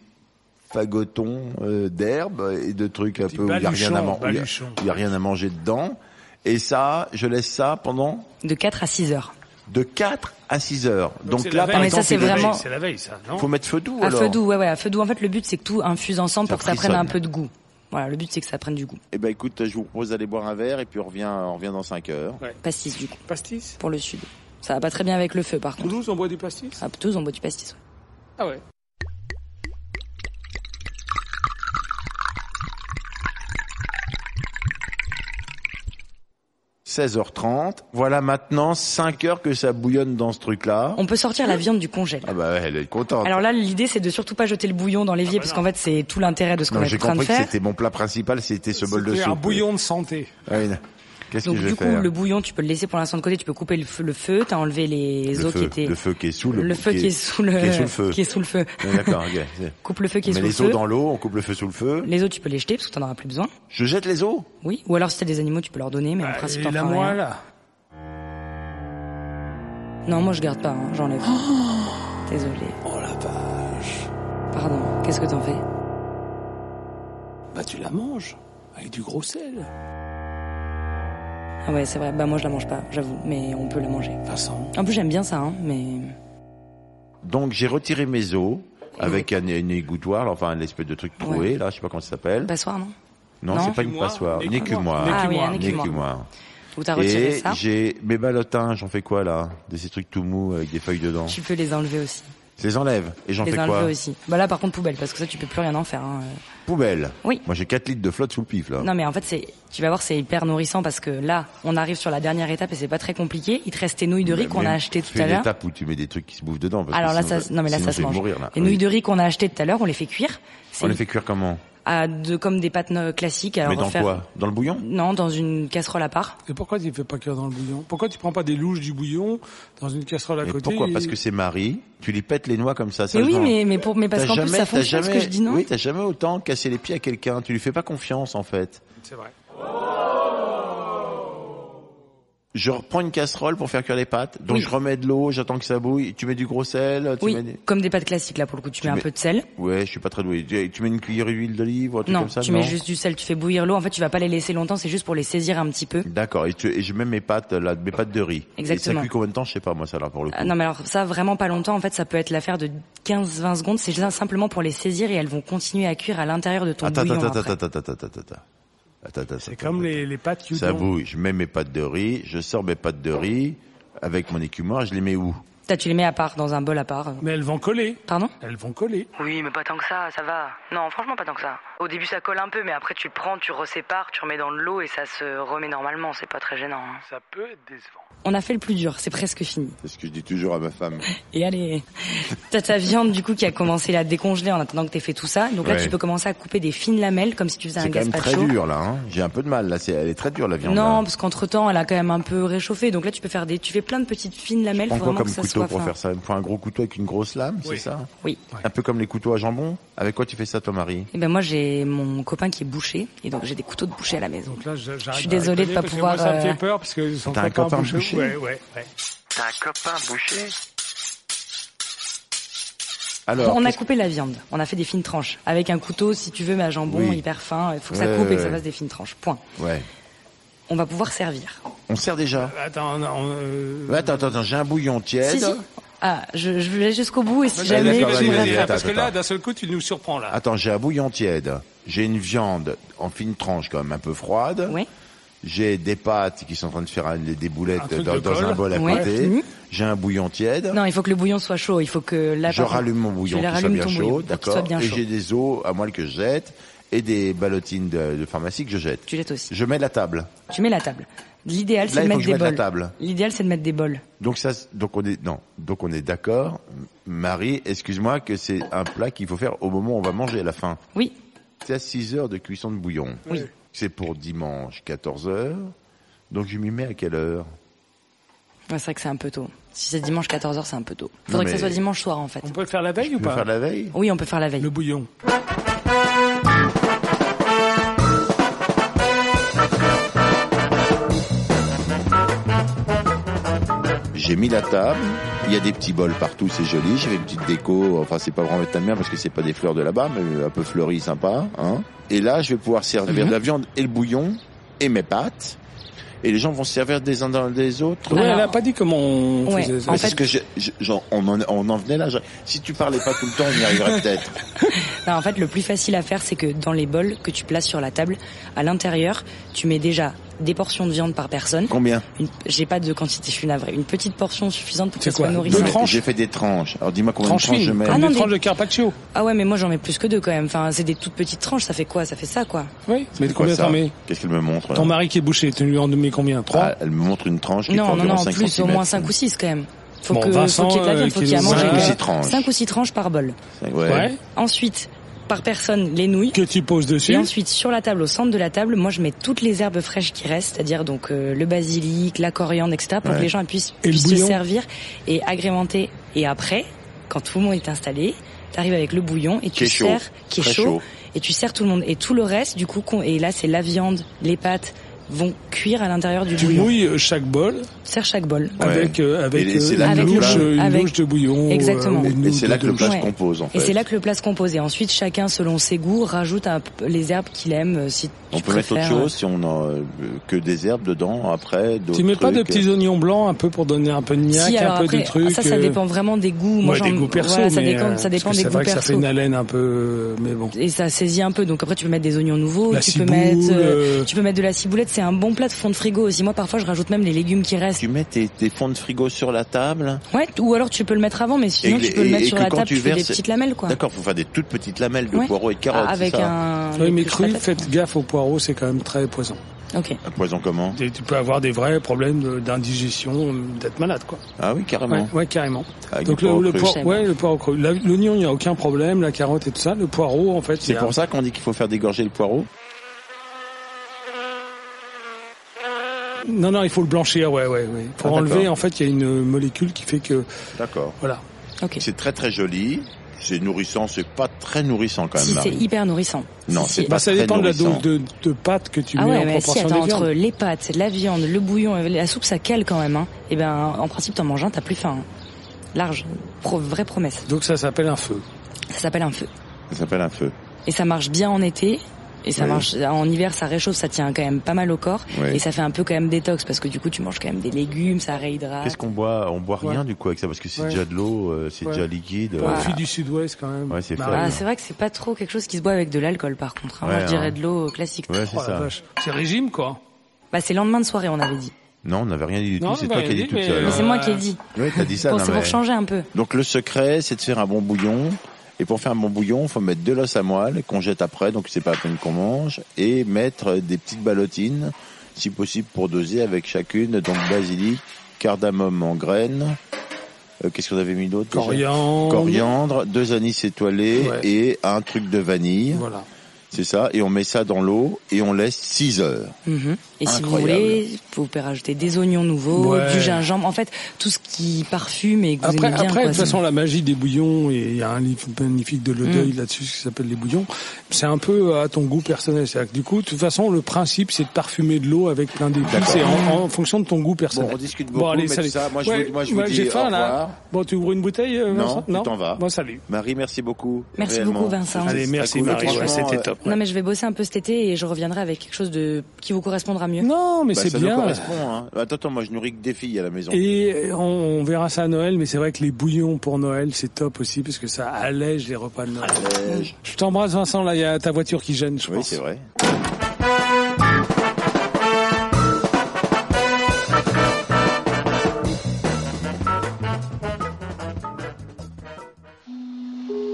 [SPEAKER 3] fagotons euh, d'herbe et de trucs un
[SPEAKER 4] Petits
[SPEAKER 3] peu où il y a rien à
[SPEAKER 4] baluchons,
[SPEAKER 3] man- où il y a-
[SPEAKER 4] baluchons.
[SPEAKER 3] où il y a rien à manger dedans. Et ça, je laisse ça pendant
[SPEAKER 5] De 4 à 6 heures.
[SPEAKER 3] de 4 à 6 heures. Donc,
[SPEAKER 4] c'est
[SPEAKER 3] là,
[SPEAKER 4] la
[SPEAKER 3] par
[SPEAKER 5] veille. Mais ça,
[SPEAKER 3] exemple,
[SPEAKER 5] c'est
[SPEAKER 3] il
[SPEAKER 4] la veille,
[SPEAKER 5] vraiment-
[SPEAKER 4] C'est la veille, ça, non
[SPEAKER 3] faut mettre feu doux
[SPEAKER 5] À
[SPEAKER 3] alors.
[SPEAKER 5] feu doux, ouais, ouais, à feu doux. En fait, le but, c'est que tout infuse ensemble
[SPEAKER 3] Ça
[SPEAKER 5] pour que ça prenne un
[SPEAKER 3] frissonne.
[SPEAKER 5] peu de goût. Voilà, le but, c'est que ça prenne du goût.
[SPEAKER 3] Eh ben écoute, je vous propose d'aller boire un verre et puis on revient, on revient dans 5 heures.
[SPEAKER 5] Pastis, du coup,
[SPEAKER 4] Pastis
[SPEAKER 5] pour le sud. Ça va pas très bien avec le feu, par contre.
[SPEAKER 4] Toulouse, on boit du pastis
[SPEAKER 5] Ah, tous, on boit du pastis, ouais.
[SPEAKER 4] Ah ouais.
[SPEAKER 3] h 16h30. Voilà maintenant 5 heures que ça bouillonne dans ce truc-là.
[SPEAKER 5] On peut sortir la viande du congèle.
[SPEAKER 3] Ah bah ouais, elle est contente.
[SPEAKER 5] Alors là, l'idée, c'est de surtout pas jeter le bouillon dans l'évier, parce qu'en fait, c'est tout l'intérêt de ce qu'on
[SPEAKER 3] Ah, non,
[SPEAKER 5] est
[SPEAKER 3] j'ai
[SPEAKER 5] en train de
[SPEAKER 3] compris que
[SPEAKER 5] faire.
[SPEAKER 3] c'était mon plat principal, c'était ce bol de
[SPEAKER 4] C'est
[SPEAKER 3] soupe.
[SPEAKER 4] un bouillon de santé.
[SPEAKER 3] Ah oui, non. Qu'est-ce
[SPEAKER 5] Donc
[SPEAKER 3] que hein. je vais
[SPEAKER 5] du coup,
[SPEAKER 3] faire
[SPEAKER 5] le bouillon, tu peux le laisser pour l'instant de côté. Tu peux couper le feu, le feu. T'as enlevé les
[SPEAKER 3] le
[SPEAKER 5] os
[SPEAKER 3] feu,
[SPEAKER 5] qui étaient
[SPEAKER 3] le feu qui est sous le
[SPEAKER 5] le feu qui est sous le
[SPEAKER 3] qui est sous le feu.
[SPEAKER 5] qui est sous le feu.
[SPEAKER 3] Ouais, Ah D'accord, ok. c'est-
[SPEAKER 5] Coupe le feu [LAUGHS] qui est
[SPEAKER 3] On met
[SPEAKER 5] sous le
[SPEAKER 3] les os
[SPEAKER 5] feu.
[SPEAKER 3] dans l'eau, on coupe le feu sous le feu.
[SPEAKER 5] Les os, tu peux les jeter parce que t'en auras plus besoin.
[SPEAKER 3] Je jette les os
[SPEAKER 5] Oui. Ou alors si t'as des animaux, tu peux leur donner, mais en
[SPEAKER 4] Ah,
[SPEAKER 5] principe
[SPEAKER 4] Et
[SPEAKER 5] t'en
[SPEAKER 4] la
[SPEAKER 5] feras rien.
[SPEAKER 4] moelle
[SPEAKER 5] Non, moi je garde pas. hein, J'enlève. Désolé.
[SPEAKER 4] Oh la vache
[SPEAKER 5] Pardon. Qu'est-ce que t'en fais
[SPEAKER 4] Bah tu la manges avec du gros sel.
[SPEAKER 5] Ah ouais, c'est vrai. Bah moi je la mange pas, j'avoue. Mais on peut la manger.
[SPEAKER 4] Vincent.
[SPEAKER 5] En plus j'aime bien ça, hein, mais
[SPEAKER 3] Donc j'ai retiré mes
[SPEAKER 5] Bah,
[SPEAKER 3] os avec un, un égouttoir, enfin un espèce de truc troué, là, je sais pas comment ça s'appelle.
[SPEAKER 5] passoire non
[SPEAKER 3] Non,
[SPEAKER 5] Non.
[SPEAKER 3] c'est pas une
[SPEAKER 4] Écumoire,
[SPEAKER 3] passoire. Une
[SPEAKER 4] écumoire.
[SPEAKER 3] écumoire.
[SPEAKER 4] Une
[SPEAKER 5] Ah oui,
[SPEAKER 4] écumoire.
[SPEAKER 5] un
[SPEAKER 3] Une
[SPEAKER 5] écumoire.
[SPEAKER 3] écumoire.
[SPEAKER 5] Où t'as retiré
[SPEAKER 3] Et
[SPEAKER 5] ça.
[SPEAKER 3] j'ai mes ballotins, j'en fais quoi là De ces trucs tout mous avec des feuilles dedans.
[SPEAKER 5] Tu peux les enlever aussi.
[SPEAKER 3] Je les enlève et j'en fais
[SPEAKER 5] les
[SPEAKER 3] quoi Ah.
[SPEAKER 5] enlever aussi. Bah là, par contre, poubelle, parce que ça, tu peux plus rien en faire. hein.
[SPEAKER 3] Poubelle.
[SPEAKER 5] Oui.
[SPEAKER 3] Moi j'ai 4 litres de flotte sous le pif là.
[SPEAKER 5] Non, mais en fait, c'est, tu vas voir, c'est hyper nourrissant parce que là, on arrive sur la dernière étape et c'est pas très compliqué. Il te reste tes nouilles de riz
[SPEAKER 3] Mais-
[SPEAKER 5] qu'on
[SPEAKER 3] mais
[SPEAKER 5] a achetées
[SPEAKER 3] fais
[SPEAKER 5] tout à
[SPEAKER 3] une
[SPEAKER 5] l'heure.
[SPEAKER 3] étape où tu mets des trucs qui se bouffent dedans. parce que
[SPEAKER 5] Alors là,
[SPEAKER 3] sinon,
[SPEAKER 5] ça, non mais là,
[SPEAKER 3] sinon,
[SPEAKER 5] ça
[SPEAKER 3] je
[SPEAKER 5] se
[SPEAKER 3] vais
[SPEAKER 5] mange.
[SPEAKER 3] mourir, là. Ah
[SPEAKER 5] Les
[SPEAKER 3] Oui.
[SPEAKER 5] nouilles de riz qu'on a achetées tout à l'heure, on les fait cuire.
[SPEAKER 3] On
[SPEAKER 5] C'est
[SPEAKER 3] les fait cuire comment
[SPEAKER 5] à de, comme des pâtes no- classiques. à
[SPEAKER 3] Mais dans
[SPEAKER 5] refaire-
[SPEAKER 3] quoi Dans le bouillon
[SPEAKER 5] Non, dans une casserole à part.
[SPEAKER 4] Et pourquoi tu ne fais pas cuire dans le bouillon Pourquoi tu prends pas des louches du bouillon dans une casserole à
[SPEAKER 3] Mais
[SPEAKER 4] côté
[SPEAKER 3] pourquoi
[SPEAKER 4] et-
[SPEAKER 3] Parce que c'est Marie. Tu lui pètes les noix comme ça.
[SPEAKER 5] Mais oui,
[SPEAKER 3] sérieusement.
[SPEAKER 5] mais mais pour mais parce
[SPEAKER 3] Ah, T'as
[SPEAKER 5] qu'en plus
[SPEAKER 3] jamais-
[SPEAKER 5] ça
[SPEAKER 3] t'as
[SPEAKER 5] fonctionne ce que
[SPEAKER 3] jamais-
[SPEAKER 5] je dis non.
[SPEAKER 3] Oui, t'as jamais autant cassé les pieds à quelqu'un. Tu lui fais pas confiance en fait.
[SPEAKER 4] C'est vrai.
[SPEAKER 3] Je reprends une casserole pour faire cuire les pâtes. Donc
[SPEAKER 5] Oui.
[SPEAKER 3] je remets de l'eau, j'attends que ça bouille. Tu mets du gros sel. Tu
[SPEAKER 5] Oui,
[SPEAKER 3] mets des-
[SPEAKER 5] comme des pâtes classiques là pour le coup, tu,
[SPEAKER 3] Tu
[SPEAKER 5] mets,
[SPEAKER 3] mets-
[SPEAKER 5] un peu de sel.
[SPEAKER 3] Ouais, je suis pas très doué. Tu tu mets une cuillère d'huile d'olive ou un truc
[SPEAKER 5] Non,
[SPEAKER 3] comme ça
[SPEAKER 5] tu mets juste du sel, tu fais bouillir l'eau. En fait, tu vas pas les laisser longtemps, c'est juste pour les saisir un petit peu.
[SPEAKER 3] D'accord. Et, tu- et je mets mes pâtes, là, mes pâtes de riz. Et
[SPEAKER 5] Exactement.
[SPEAKER 3] ça cuit combien de temps Je sais pas moi ça là pour le coup.
[SPEAKER 5] Ah, non mais alors ça vraiment pas longtemps en fait ça peut être l'affaire de 15-20 secondes c'est juste simplement pour les saisir et elles vont continuer à cuire à l'intérieur de ton
[SPEAKER 3] attends,
[SPEAKER 5] bouillon
[SPEAKER 3] attends,
[SPEAKER 5] hein, après.
[SPEAKER 3] attends, attends, attends, attends, attends, attends. Attends, attends,
[SPEAKER 4] C'est
[SPEAKER 3] attends,
[SPEAKER 4] comme
[SPEAKER 3] attends.
[SPEAKER 4] les, les pâtes
[SPEAKER 3] Ça
[SPEAKER 4] Youdon.
[SPEAKER 3] bouille. Je mets mes pâtes de riz. Je sors mes pâtes de riz avec mon écumoire. Je les mets où
[SPEAKER 5] Là, tu les mets à part dans un bol à part.
[SPEAKER 4] Mais elles vont coller.
[SPEAKER 5] Pardon
[SPEAKER 4] Elles vont coller.
[SPEAKER 5] Oui mais pas tant que ça, ça va. Non franchement pas tant que ça. Au début ça colle un peu mais après tu le prends, tu resépares, tu remets dans de l'eau et ça se remet normalement, c'est pas très gênant. hein.
[SPEAKER 4] Ça peut être décevant.
[SPEAKER 5] On a fait le plus dur, c'est presque fini.
[SPEAKER 3] C'est ce que je dis toujours à
[SPEAKER 5] [LAUGHS]
[SPEAKER 3] ma femme.
[SPEAKER 5] Et allez, t'as ta viande du coup qui a commencé à décongeler en attendant que t'aies fait tout ça. Donc là,
[SPEAKER 3] Ouais.
[SPEAKER 5] tu peux commencer à couper des fines lamelles comme si tu faisais un
[SPEAKER 3] C'est quand même
[SPEAKER 5] gazpacho.
[SPEAKER 3] très dur là. hein. J'ai un peu de mal là. C'est, elle est très dure la viande.
[SPEAKER 5] Non,
[SPEAKER 3] là.
[SPEAKER 5] parce qu'entre temps, elle a quand même un peu réchauffé. Donc là, tu peux faire des, tu fais plein de petites fines lamelles.
[SPEAKER 3] Prends
[SPEAKER 5] faut
[SPEAKER 3] quoi
[SPEAKER 5] vraiment
[SPEAKER 3] comme
[SPEAKER 5] que ça
[SPEAKER 3] couteau
[SPEAKER 5] soit
[SPEAKER 3] pour
[SPEAKER 5] fin.
[SPEAKER 3] faire ça Il me faut un gros couteau avec une grosse lame, c'est
[SPEAKER 4] Oui.
[SPEAKER 3] ça
[SPEAKER 5] Oui.
[SPEAKER 3] Un peu comme les couteaux à jambon. Avec quoi tu fais ça, ton mari
[SPEAKER 5] Et ben moi, j'ai mon copain qui est boucher, et donc j'ai des couteaux de boucher à la maison.
[SPEAKER 4] Donc là, je- j'arrête.
[SPEAKER 5] Je suis
[SPEAKER 4] de
[SPEAKER 5] désolée
[SPEAKER 4] rigoler
[SPEAKER 5] de pas
[SPEAKER 4] parce que
[SPEAKER 5] pouvoir,
[SPEAKER 4] Moi, ça me
[SPEAKER 5] euh,
[SPEAKER 4] fait peur parce que son
[SPEAKER 3] T'as un copain boucher
[SPEAKER 4] Ouais, ouais, ouais.
[SPEAKER 3] T'as un copain bouché Alors,
[SPEAKER 5] on a
[SPEAKER 3] qu'est-ce-
[SPEAKER 5] coupé la viande. On a fait des fines tranches avec un couteau, si tu veux, mais à jambon
[SPEAKER 3] Oui.
[SPEAKER 5] hyper fin. Il faut que ça
[SPEAKER 3] Ouais,
[SPEAKER 5] coupe et
[SPEAKER 3] ouais,
[SPEAKER 5] que ça
[SPEAKER 3] ouais.
[SPEAKER 5] fasse des fines tranches. Point.
[SPEAKER 3] ouais.
[SPEAKER 5] On va pouvoir servir.
[SPEAKER 3] On sert déjà.
[SPEAKER 4] Attends, on a- on, euh,
[SPEAKER 3] Attends, attends, attends, j'ai un bouillon tiède.
[SPEAKER 5] Si, si. Ah, je, je vais jusqu'au bout et si
[SPEAKER 3] Vas-y,
[SPEAKER 5] jamais.
[SPEAKER 4] Vas-y,
[SPEAKER 3] Ah, d'accord,
[SPEAKER 5] tu
[SPEAKER 4] vas-y,
[SPEAKER 5] me
[SPEAKER 3] vas-y,
[SPEAKER 4] vas-y,
[SPEAKER 5] rattrapes-
[SPEAKER 3] attends,
[SPEAKER 4] parce que
[SPEAKER 3] attends.
[SPEAKER 4] là, d'un seul coup, tu nous surprends là.
[SPEAKER 3] Attends, j'ai un bouillon tiède. J'ai une viande en fine tranche quand même un peu froide.
[SPEAKER 5] Ouais.
[SPEAKER 3] J'ai des pâtes qui sont en train de faire un- des
[SPEAKER 4] Un
[SPEAKER 3] boulettes
[SPEAKER 4] truc
[SPEAKER 3] dans,
[SPEAKER 4] de
[SPEAKER 3] dans
[SPEAKER 4] colle.
[SPEAKER 3] un bol à
[SPEAKER 5] Ouais,
[SPEAKER 3] côté.
[SPEAKER 5] fini.
[SPEAKER 3] J'ai un bouillon tiède.
[SPEAKER 5] Non, il faut que le bouillon soit chaud. Il faut que là.
[SPEAKER 3] je
[SPEAKER 5] par contre,
[SPEAKER 3] rallume mon
[SPEAKER 5] tu
[SPEAKER 3] bouillon,
[SPEAKER 5] le
[SPEAKER 3] qu'il soit
[SPEAKER 5] rallumes
[SPEAKER 3] bien
[SPEAKER 5] ton
[SPEAKER 3] chaud,
[SPEAKER 5] bouillon pour qu'il soit
[SPEAKER 3] d'accord.
[SPEAKER 5] bien
[SPEAKER 3] Et
[SPEAKER 5] chaud.
[SPEAKER 3] j'ai des os à moelle que je jette et des ballotines de, de pharmacie que je jette.
[SPEAKER 5] Tu jettes aussi.
[SPEAKER 3] Je mets la table.
[SPEAKER 5] Tu mets la table. L'idéal,
[SPEAKER 3] Là,
[SPEAKER 5] c'est de
[SPEAKER 3] il faut
[SPEAKER 5] mettre
[SPEAKER 3] que je
[SPEAKER 5] des
[SPEAKER 3] mette la
[SPEAKER 5] bols.
[SPEAKER 3] table.
[SPEAKER 5] L'idéal, c'est de mettre des bols.
[SPEAKER 3] Donc ça, c'est- donc on est non, donc on est d'accord, M- Marie. Excuse-moi que c'est un plat qu'il faut faire au moment où on va manger à la fin.
[SPEAKER 5] Oui.
[SPEAKER 3] C'est à 6 heures de cuisson de bouillon.
[SPEAKER 4] Oui.
[SPEAKER 3] C'est pour dimanche 14 heures. Donc je m'y mets à quelle heure
[SPEAKER 5] Ouais, c'est vrai que c'est un peu tôt. Si c'est dimanche 14h, c'est un peu tôt. Faudrait que
[SPEAKER 3] mais-
[SPEAKER 5] ça soit dimanche soir, en fait.
[SPEAKER 4] On peut le faire la veille ou
[SPEAKER 3] Je peux
[SPEAKER 4] pas
[SPEAKER 3] faire la veille
[SPEAKER 5] Oui, on peut faire la veille.
[SPEAKER 4] Le bouillon.
[SPEAKER 3] J'ai mis la table. Il y a des petits bols partout, c'est joli. J'ai fait une petite déco. Enfin, c'est pas vraiment ta mère parce que c'est pas des fleurs de là-bas, mais un peu fleuri, sympa. Hein. Et là, je vais pouvoir servir de la viande et le bouillon et mes pâtes. Et les gens vont se servir des uns dans les autres.
[SPEAKER 4] Ouais,
[SPEAKER 5] Alors-
[SPEAKER 4] elle a pas dit comment on
[SPEAKER 5] Ouais,
[SPEAKER 4] faisait ça.
[SPEAKER 5] en
[SPEAKER 3] Mais c'est ce que je- je- genre, on, en, on en venait là. genre, si tu parlais pas tout le temps, on y arriverait peut-être.
[SPEAKER 5] Non, Bah, en fait, le plus facile à faire, c'est que dans les bols que tu places sur la table, à l'intérieur, tu mets déjà des portions de viande par personne.
[SPEAKER 3] Combien
[SPEAKER 5] Une- J'ai pas de quantité, je suis navrée. Une petite portion suffisante pour que
[SPEAKER 4] C'est
[SPEAKER 5] ça soit
[SPEAKER 4] quoi
[SPEAKER 5] nourrissant.
[SPEAKER 4] Deux tranches
[SPEAKER 3] J'ai fait des tranches. Alors dis-moi combien
[SPEAKER 4] Tranche
[SPEAKER 3] de tranches je
[SPEAKER 4] fine,
[SPEAKER 3] mets.
[SPEAKER 5] Ah
[SPEAKER 4] comme
[SPEAKER 5] non,
[SPEAKER 4] des
[SPEAKER 5] mais-
[SPEAKER 4] tranches de carpaccio.
[SPEAKER 5] Ah ouais, mais moi j'en mets plus que deux quand même. Enfin, c'est des toutes petites tranches. Ça fait quoi Ça fait ça, quoi.
[SPEAKER 4] Oui, mais
[SPEAKER 3] C'est quoi
[SPEAKER 4] combien
[SPEAKER 3] ça
[SPEAKER 4] t'en mets
[SPEAKER 3] Qu'est-ce qu'elle me montre là
[SPEAKER 4] Ton mari qui est bouché, tu lui en mets combien Trois
[SPEAKER 3] Ah, Elle me montre une tranche qui fait
[SPEAKER 5] non, non,
[SPEAKER 3] environ
[SPEAKER 5] non, en
[SPEAKER 3] 5
[SPEAKER 5] plus, au moins
[SPEAKER 3] centimètres.
[SPEAKER 5] 5 ou 6 quand même. Faut
[SPEAKER 4] Bon,
[SPEAKER 5] que,
[SPEAKER 4] Vincent,
[SPEAKER 5] faut qu'il y ait de la viande,
[SPEAKER 4] euh,
[SPEAKER 5] faut
[SPEAKER 4] qui
[SPEAKER 5] qu'il y ait à
[SPEAKER 4] nous a-
[SPEAKER 5] manger.
[SPEAKER 4] Cinq ou six
[SPEAKER 3] tranches.
[SPEAKER 5] 5 ou 6 tranches par bol.
[SPEAKER 3] Ouais.
[SPEAKER 4] Ouais.
[SPEAKER 5] Ensuite, par personne, les nouilles.
[SPEAKER 4] Que tu poses
[SPEAKER 5] Et
[SPEAKER 4] dessus.
[SPEAKER 5] ensuite, sur la table, au centre de la table, moi, je mets toutes les herbes fraîches qui restent, c'est-à-dire donc euh, le basilic, la coriandre, etc., pour
[SPEAKER 3] Ouais.
[SPEAKER 5] que les gens puissent,
[SPEAKER 4] Et le
[SPEAKER 5] puissent se
[SPEAKER 4] bouillon
[SPEAKER 5] servir et agrémenter. Et après, quand tout le monde est installé, t'arrives avec le bouillon et
[SPEAKER 3] Qui
[SPEAKER 5] tu
[SPEAKER 3] est chaud.
[SPEAKER 5] sers, qui est
[SPEAKER 3] Très
[SPEAKER 5] chaud, et tu sers tout le monde. Et tout le reste, du coup, qu'on- et là, c'est la viande, les pâtes vont cuire à l'intérieur du
[SPEAKER 4] Tu
[SPEAKER 5] bouillon.
[SPEAKER 4] mouilles euh, chaque bol
[SPEAKER 5] Serre chaque bol.
[SPEAKER 3] Ah Ouais.
[SPEAKER 4] avec euh, avec
[SPEAKER 3] Et c'est
[SPEAKER 4] euh,
[SPEAKER 3] là
[SPEAKER 5] que
[SPEAKER 4] une
[SPEAKER 5] le
[SPEAKER 4] louche,
[SPEAKER 5] plat-
[SPEAKER 4] euh, une
[SPEAKER 5] avec-
[SPEAKER 4] louche de bouillon. euh,
[SPEAKER 5] Exactement.
[SPEAKER 4] ou
[SPEAKER 3] Et-
[SPEAKER 4] une
[SPEAKER 3] Et
[SPEAKER 4] louche
[SPEAKER 3] c'est là que
[SPEAKER 4] de
[SPEAKER 3] le plat
[SPEAKER 5] Ouais.
[SPEAKER 3] se compose en fait.
[SPEAKER 5] Et c'est là que le plat se compose. Et ensuite, chacun, selon ses goûts, rajoute un p- les herbes qu'il aime. Euh, Si
[SPEAKER 3] On
[SPEAKER 5] Je
[SPEAKER 3] peut mettre autre
[SPEAKER 5] préfère,
[SPEAKER 3] chose si on en- euh, que des herbes dedans après. d'autres
[SPEAKER 4] Tu mets pas de
[SPEAKER 3] trucs.
[SPEAKER 4] petits oignons blancs un peu pour donner un peu de niaque,
[SPEAKER 5] si, alors
[SPEAKER 4] un peu
[SPEAKER 5] après,
[SPEAKER 4] de trucs.
[SPEAKER 5] ça, ça
[SPEAKER 4] euh,
[SPEAKER 5] dépend vraiment des goûts. Moi,
[SPEAKER 4] ouais, des
[SPEAKER 5] j'en-
[SPEAKER 4] goûts perso.
[SPEAKER 5] voilà, ça
[SPEAKER 4] mais,
[SPEAKER 5] dépend,
[SPEAKER 4] euh,
[SPEAKER 5] ça dépend des
[SPEAKER 4] parce que c'est
[SPEAKER 5] goûts
[SPEAKER 4] vrai que
[SPEAKER 5] perso.
[SPEAKER 4] ça fait une haleine un peu, euh, mais bon.
[SPEAKER 5] Et ça saisit un peu. Donc après, tu peux mettre des oignons nouveaux.
[SPEAKER 4] La
[SPEAKER 5] tu
[SPEAKER 4] ciboule.
[SPEAKER 5] peux mettre, euh,
[SPEAKER 4] euh,
[SPEAKER 5] tu peux mettre de la ciboulette. C'est un bon plat de fond de frigo aussi. Moi, parfois, je rajoute même les légumes qui restent.
[SPEAKER 3] Tu mets tes, tes fonds de frigo sur la table.
[SPEAKER 5] Ouais. Ou alors, tu peux le mettre avant, mais sinon,
[SPEAKER 3] Et
[SPEAKER 5] tu
[SPEAKER 3] que-
[SPEAKER 5] peux le
[SPEAKER 3] et-
[SPEAKER 5] mettre
[SPEAKER 3] et
[SPEAKER 5] sur
[SPEAKER 3] que
[SPEAKER 5] la
[SPEAKER 3] quand
[SPEAKER 5] table.
[SPEAKER 3] tu
[SPEAKER 5] Tu fais des
[SPEAKER 3] verses-
[SPEAKER 5] petites lamelles, quoi.
[SPEAKER 3] D'accord, faut faire des toutes petites lamelles de
[SPEAKER 5] Ouais.
[SPEAKER 3] poireaux et de
[SPEAKER 5] Ah,
[SPEAKER 3] carottes.
[SPEAKER 5] avec
[SPEAKER 3] c'est ça
[SPEAKER 5] un.
[SPEAKER 4] oui, mais
[SPEAKER 5] des
[SPEAKER 4] cru,
[SPEAKER 5] patates.
[SPEAKER 4] faites gaffe aux poireaux, c'est quand même très poison.
[SPEAKER 5] Ok.
[SPEAKER 3] Un poison comment
[SPEAKER 4] Et tu peux avoir des vrais problèmes de- d'indigestion, euh, d'être malade, quoi.
[SPEAKER 3] Ah oui, carrément.
[SPEAKER 4] Ouais, ouais, carrément.
[SPEAKER 3] Avec
[SPEAKER 4] Donc
[SPEAKER 3] des
[SPEAKER 4] le,
[SPEAKER 3] poireaux
[SPEAKER 4] le,
[SPEAKER 3] crus.
[SPEAKER 4] poire-
[SPEAKER 5] J'aime.
[SPEAKER 4] ouais, le poireau creux. La- L'oignon, il n'y a aucun problème, la carotte et tout ça. Le poireau, en fait, il
[SPEAKER 3] C'est
[SPEAKER 4] y a-
[SPEAKER 3] pour ça qu'on dit qu'il faut faire dégorger le poireau.
[SPEAKER 4] Non, non, il faut le blanchir, ouais, ouais, ouais. Pour
[SPEAKER 3] Ah,
[SPEAKER 4] enlever,
[SPEAKER 3] d'accord.
[SPEAKER 4] en fait, il y a une molécule qui fait que,
[SPEAKER 3] D'accord.
[SPEAKER 4] voilà.
[SPEAKER 5] Ok.
[SPEAKER 3] C'est très très joli. C'est nourrissant. C'est pas très nourrissant quand même.
[SPEAKER 5] Si c'est
[SPEAKER 3] Marie.
[SPEAKER 5] hyper nourrissant.
[SPEAKER 3] Non,
[SPEAKER 5] Si,
[SPEAKER 3] c'est
[SPEAKER 5] si.
[SPEAKER 3] pas
[SPEAKER 4] Bah, ça
[SPEAKER 3] très
[SPEAKER 4] dépend de la
[SPEAKER 3] nourrissant.
[SPEAKER 4] dose de, de pâte que tu
[SPEAKER 5] Ah
[SPEAKER 4] mets
[SPEAKER 5] ouais,
[SPEAKER 4] en
[SPEAKER 5] mais si
[SPEAKER 4] proportion
[SPEAKER 5] attends
[SPEAKER 4] des viandes.
[SPEAKER 5] entre les pâtes, la viande, le bouillon, et la soupe, ça cale quand même. Hein. Et ben, en principe, t'en manges un, t'as plus faim. hein. Large, Pro- vraie promesse.
[SPEAKER 4] Donc ça s'appelle un feu.
[SPEAKER 5] Ça s'appelle un feu.
[SPEAKER 3] Ça s'appelle un feu.
[SPEAKER 5] Et ça marche bien en été. Et ça
[SPEAKER 3] Oui.
[SPEAKER 5] marche en hiver, ça réchauffe, ça tient quand même pas mal au corps.
[SPEAKER 3] Oui.
[SPEAKER 5] Et ça fait un peu quand même détox parce que du coup, tu manges quand même des légumes, ça réhydrate.
[SPEAKER 3] Qu'est-ce qu'on boit On boit rien
[SPEAKER 4] Ouais.
[SPEAKER 3] du coup avec ça parce que c'est
[SPEAKER 4] Ouais.
[SPEAKER 3] déjà de l'eau, euh, c'est
[SPEAKER 4] Ouais.
[SPEAKER 3] déjà liquide.
[SPEAKER 4] Au
[SPEAKER 3] euh,
[SPEAKER 4] fil du sud-ouest, quand même.
[SPEAKER 3] Ouais, c'est
[SPEAKER 4] Bah,
[SPEAKER 3] fort.
[SPEAKER 5] Ah, c'est vrai que c'est pas trop quelque chose qui se boit avec de l'alcool par contre. hein.
[SPEAKER 3] Ouais,
[SPEAKER 5] Moi, je dirais
[SPEAKER 3] hein.
[SPEAKER 5] de l'eau classique.
[SPEAKER 3] Ouais,
[SPEAKER 4] oh
[SPEAKER 3] c'est
[SPEAKER 4] la
[SPEAKER 3] ça.
[SPEAKER 4] vache. C'est régime, quoi.
[SPEAKER 5] Bah, c'est lendemain de soirée, on avait dit.
[SPEAKER 3] Non, on n'avait rien dit du
[SPEAKER 4] Non,
[SPEAKER 3] tout. C'est
[SPEAKER 4] on
[SPEAKER 3] toi
[SPEAKER 4] avait
[SPEAKER 3] qui as dit
[SPEAKER 4] dit,
[SPEAKER 3] toute
[SPEAKER 4] mais,
[SPEAKER 3] seule. hein.
[SPEAKER 5] Mais
[SPEAKER 4] euh,
[SPEAKER 5] c'est moi qui ai dit.
[SPEAKER 3] Oui, t'as dit ça.
[SPEAKER 5] Bon,
[SPEAKER 3] Ah, non,
[SPEAKER 5] c'est pour
[SPEAKER 3] mais-
[SPEAKER 5] changer un peu.
[SPEAKER 3] Donc le secret, c'est de faire un bon bouillon. Et pour faire un bon bouillon, faut mettre de l'os à moelle qu'on jette après, donc c'est pas à peine qu'on mange, et mettre des petites ballotines, si possible pour doser avec chacune, donc basilic, cardamome en graines. Euh, Qu'est-ce qu'on avait mis d'autre déjà
[SPEAKER 4] Coriandre.
[SPEAKER 3] Coriandre, deux anis étoilés
[SPEAKER 4] Ouais.
[SPEAKER 3] et un truc de vanille,
[SPEAKER 4] Voilà.
[SPEAKER 3] c'est ça. Et on met ça dans l'eau et on laisse 6 heures.
[SPEAKER 5] Mhm. Et si vous
[SPEAKER 3] Incroyable.
[SPEAKER 5] voulez, vous pouvez rajouter des oignons nouveaux,
[SPEAKER 4] Ouais.
[SPEAKER 5] du gingembre, en fait, tout ce qui parfume et que vous
[SPEAKER 4] Après,
[SPEAKER 5] aimez bien.
[SPEAKER 4] après de
[SPEAKER 5] quoi.
[SPEAKER 4] toute façon, la magie des bouillons, et il y a un livre magnifique de Le
[SPEAKER 5] Mm.
[SPEAKER 4] Deuil là-dessus qui s'appelle Les Bouillons, c'est un peu euh, à ton goût personnel. C'est-à-dire que du coup, de toute façon, le principe, c'est de parfumer de l'eau avec plein d'épices,
[SPEAKER 3] D'accord.
[SPEAKER 4] et en, en fonction de ton goût personnel.
[SPEAKER 3] Bon, on discute beaucoup, mais
[SPEAKER 4] salut.
[SPEAKER 3] ça, moi, je vous- moi, je vous
[SPEAKER 4] j'ai
[SPEAKER 3] dis
[SPEAKER 4] faim,
[SPEAKER 3] au
[SPEAKER 4] là.
[SPEAKER 3] revoir.
[SPEAKER 4] Bon, tu ouvres une bouteille, euh,
[SPEAKER 3] Non,
[SPEAKER 4] Vincent
[SPEAKER 3] tu t'en vas.
[SPEAKER 4] Bon, salut.
[SPEAKER 3] Marie, merci beaucoup.
[SPEAKER 5] Merci
[SPEAKER 3] Réellement.
[SPEAKER 5] beaucoup, Vincent.
[SPEAKER 3] C'était
[SPEAKER 4] Allez,
[SPEAKER 3] très
[SPEAKER 4] merci,
[SPEAKER 3] cool.
[SPEAKER 4] Marie. Ouais,
[SPEAKER 3] Franchement,
[SPEAKER 4] C'était
[SPEAKER 3] euh,
[SPEAKER 4] top. ouais.
[SPEAKER 5] Non, mais je vais bosser un peu cet été et je reviendrai avec quelque chose de qui vous correspondra mieux.
[SPEAKER 4] Non, mais
[SPEAKER 3] bah,
[SPEAKER 4] c'est
[SPEAKER 3] ça nous
[SPEAKER 4] bien.
[SPEAKER 3] correspond, hein. Attends, attends, moi je nourris que des filles à la maison.
[SPEAKER 4] Et on, on verra ça à Noël, mais c'est vrai que les bouillons pour Noël, c'est top aussi, parce que ça allège les repas de Noël. Je t'embrasse, Vincent, là, il y a ta voiture qui gêne, je
[SPEAKER 3] Oui,
[SPEAKER 4] pense.
[SPEAKER 3] c'est vrai.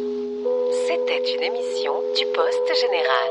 [SPEAKER 6] C'était une émission du Poste Général.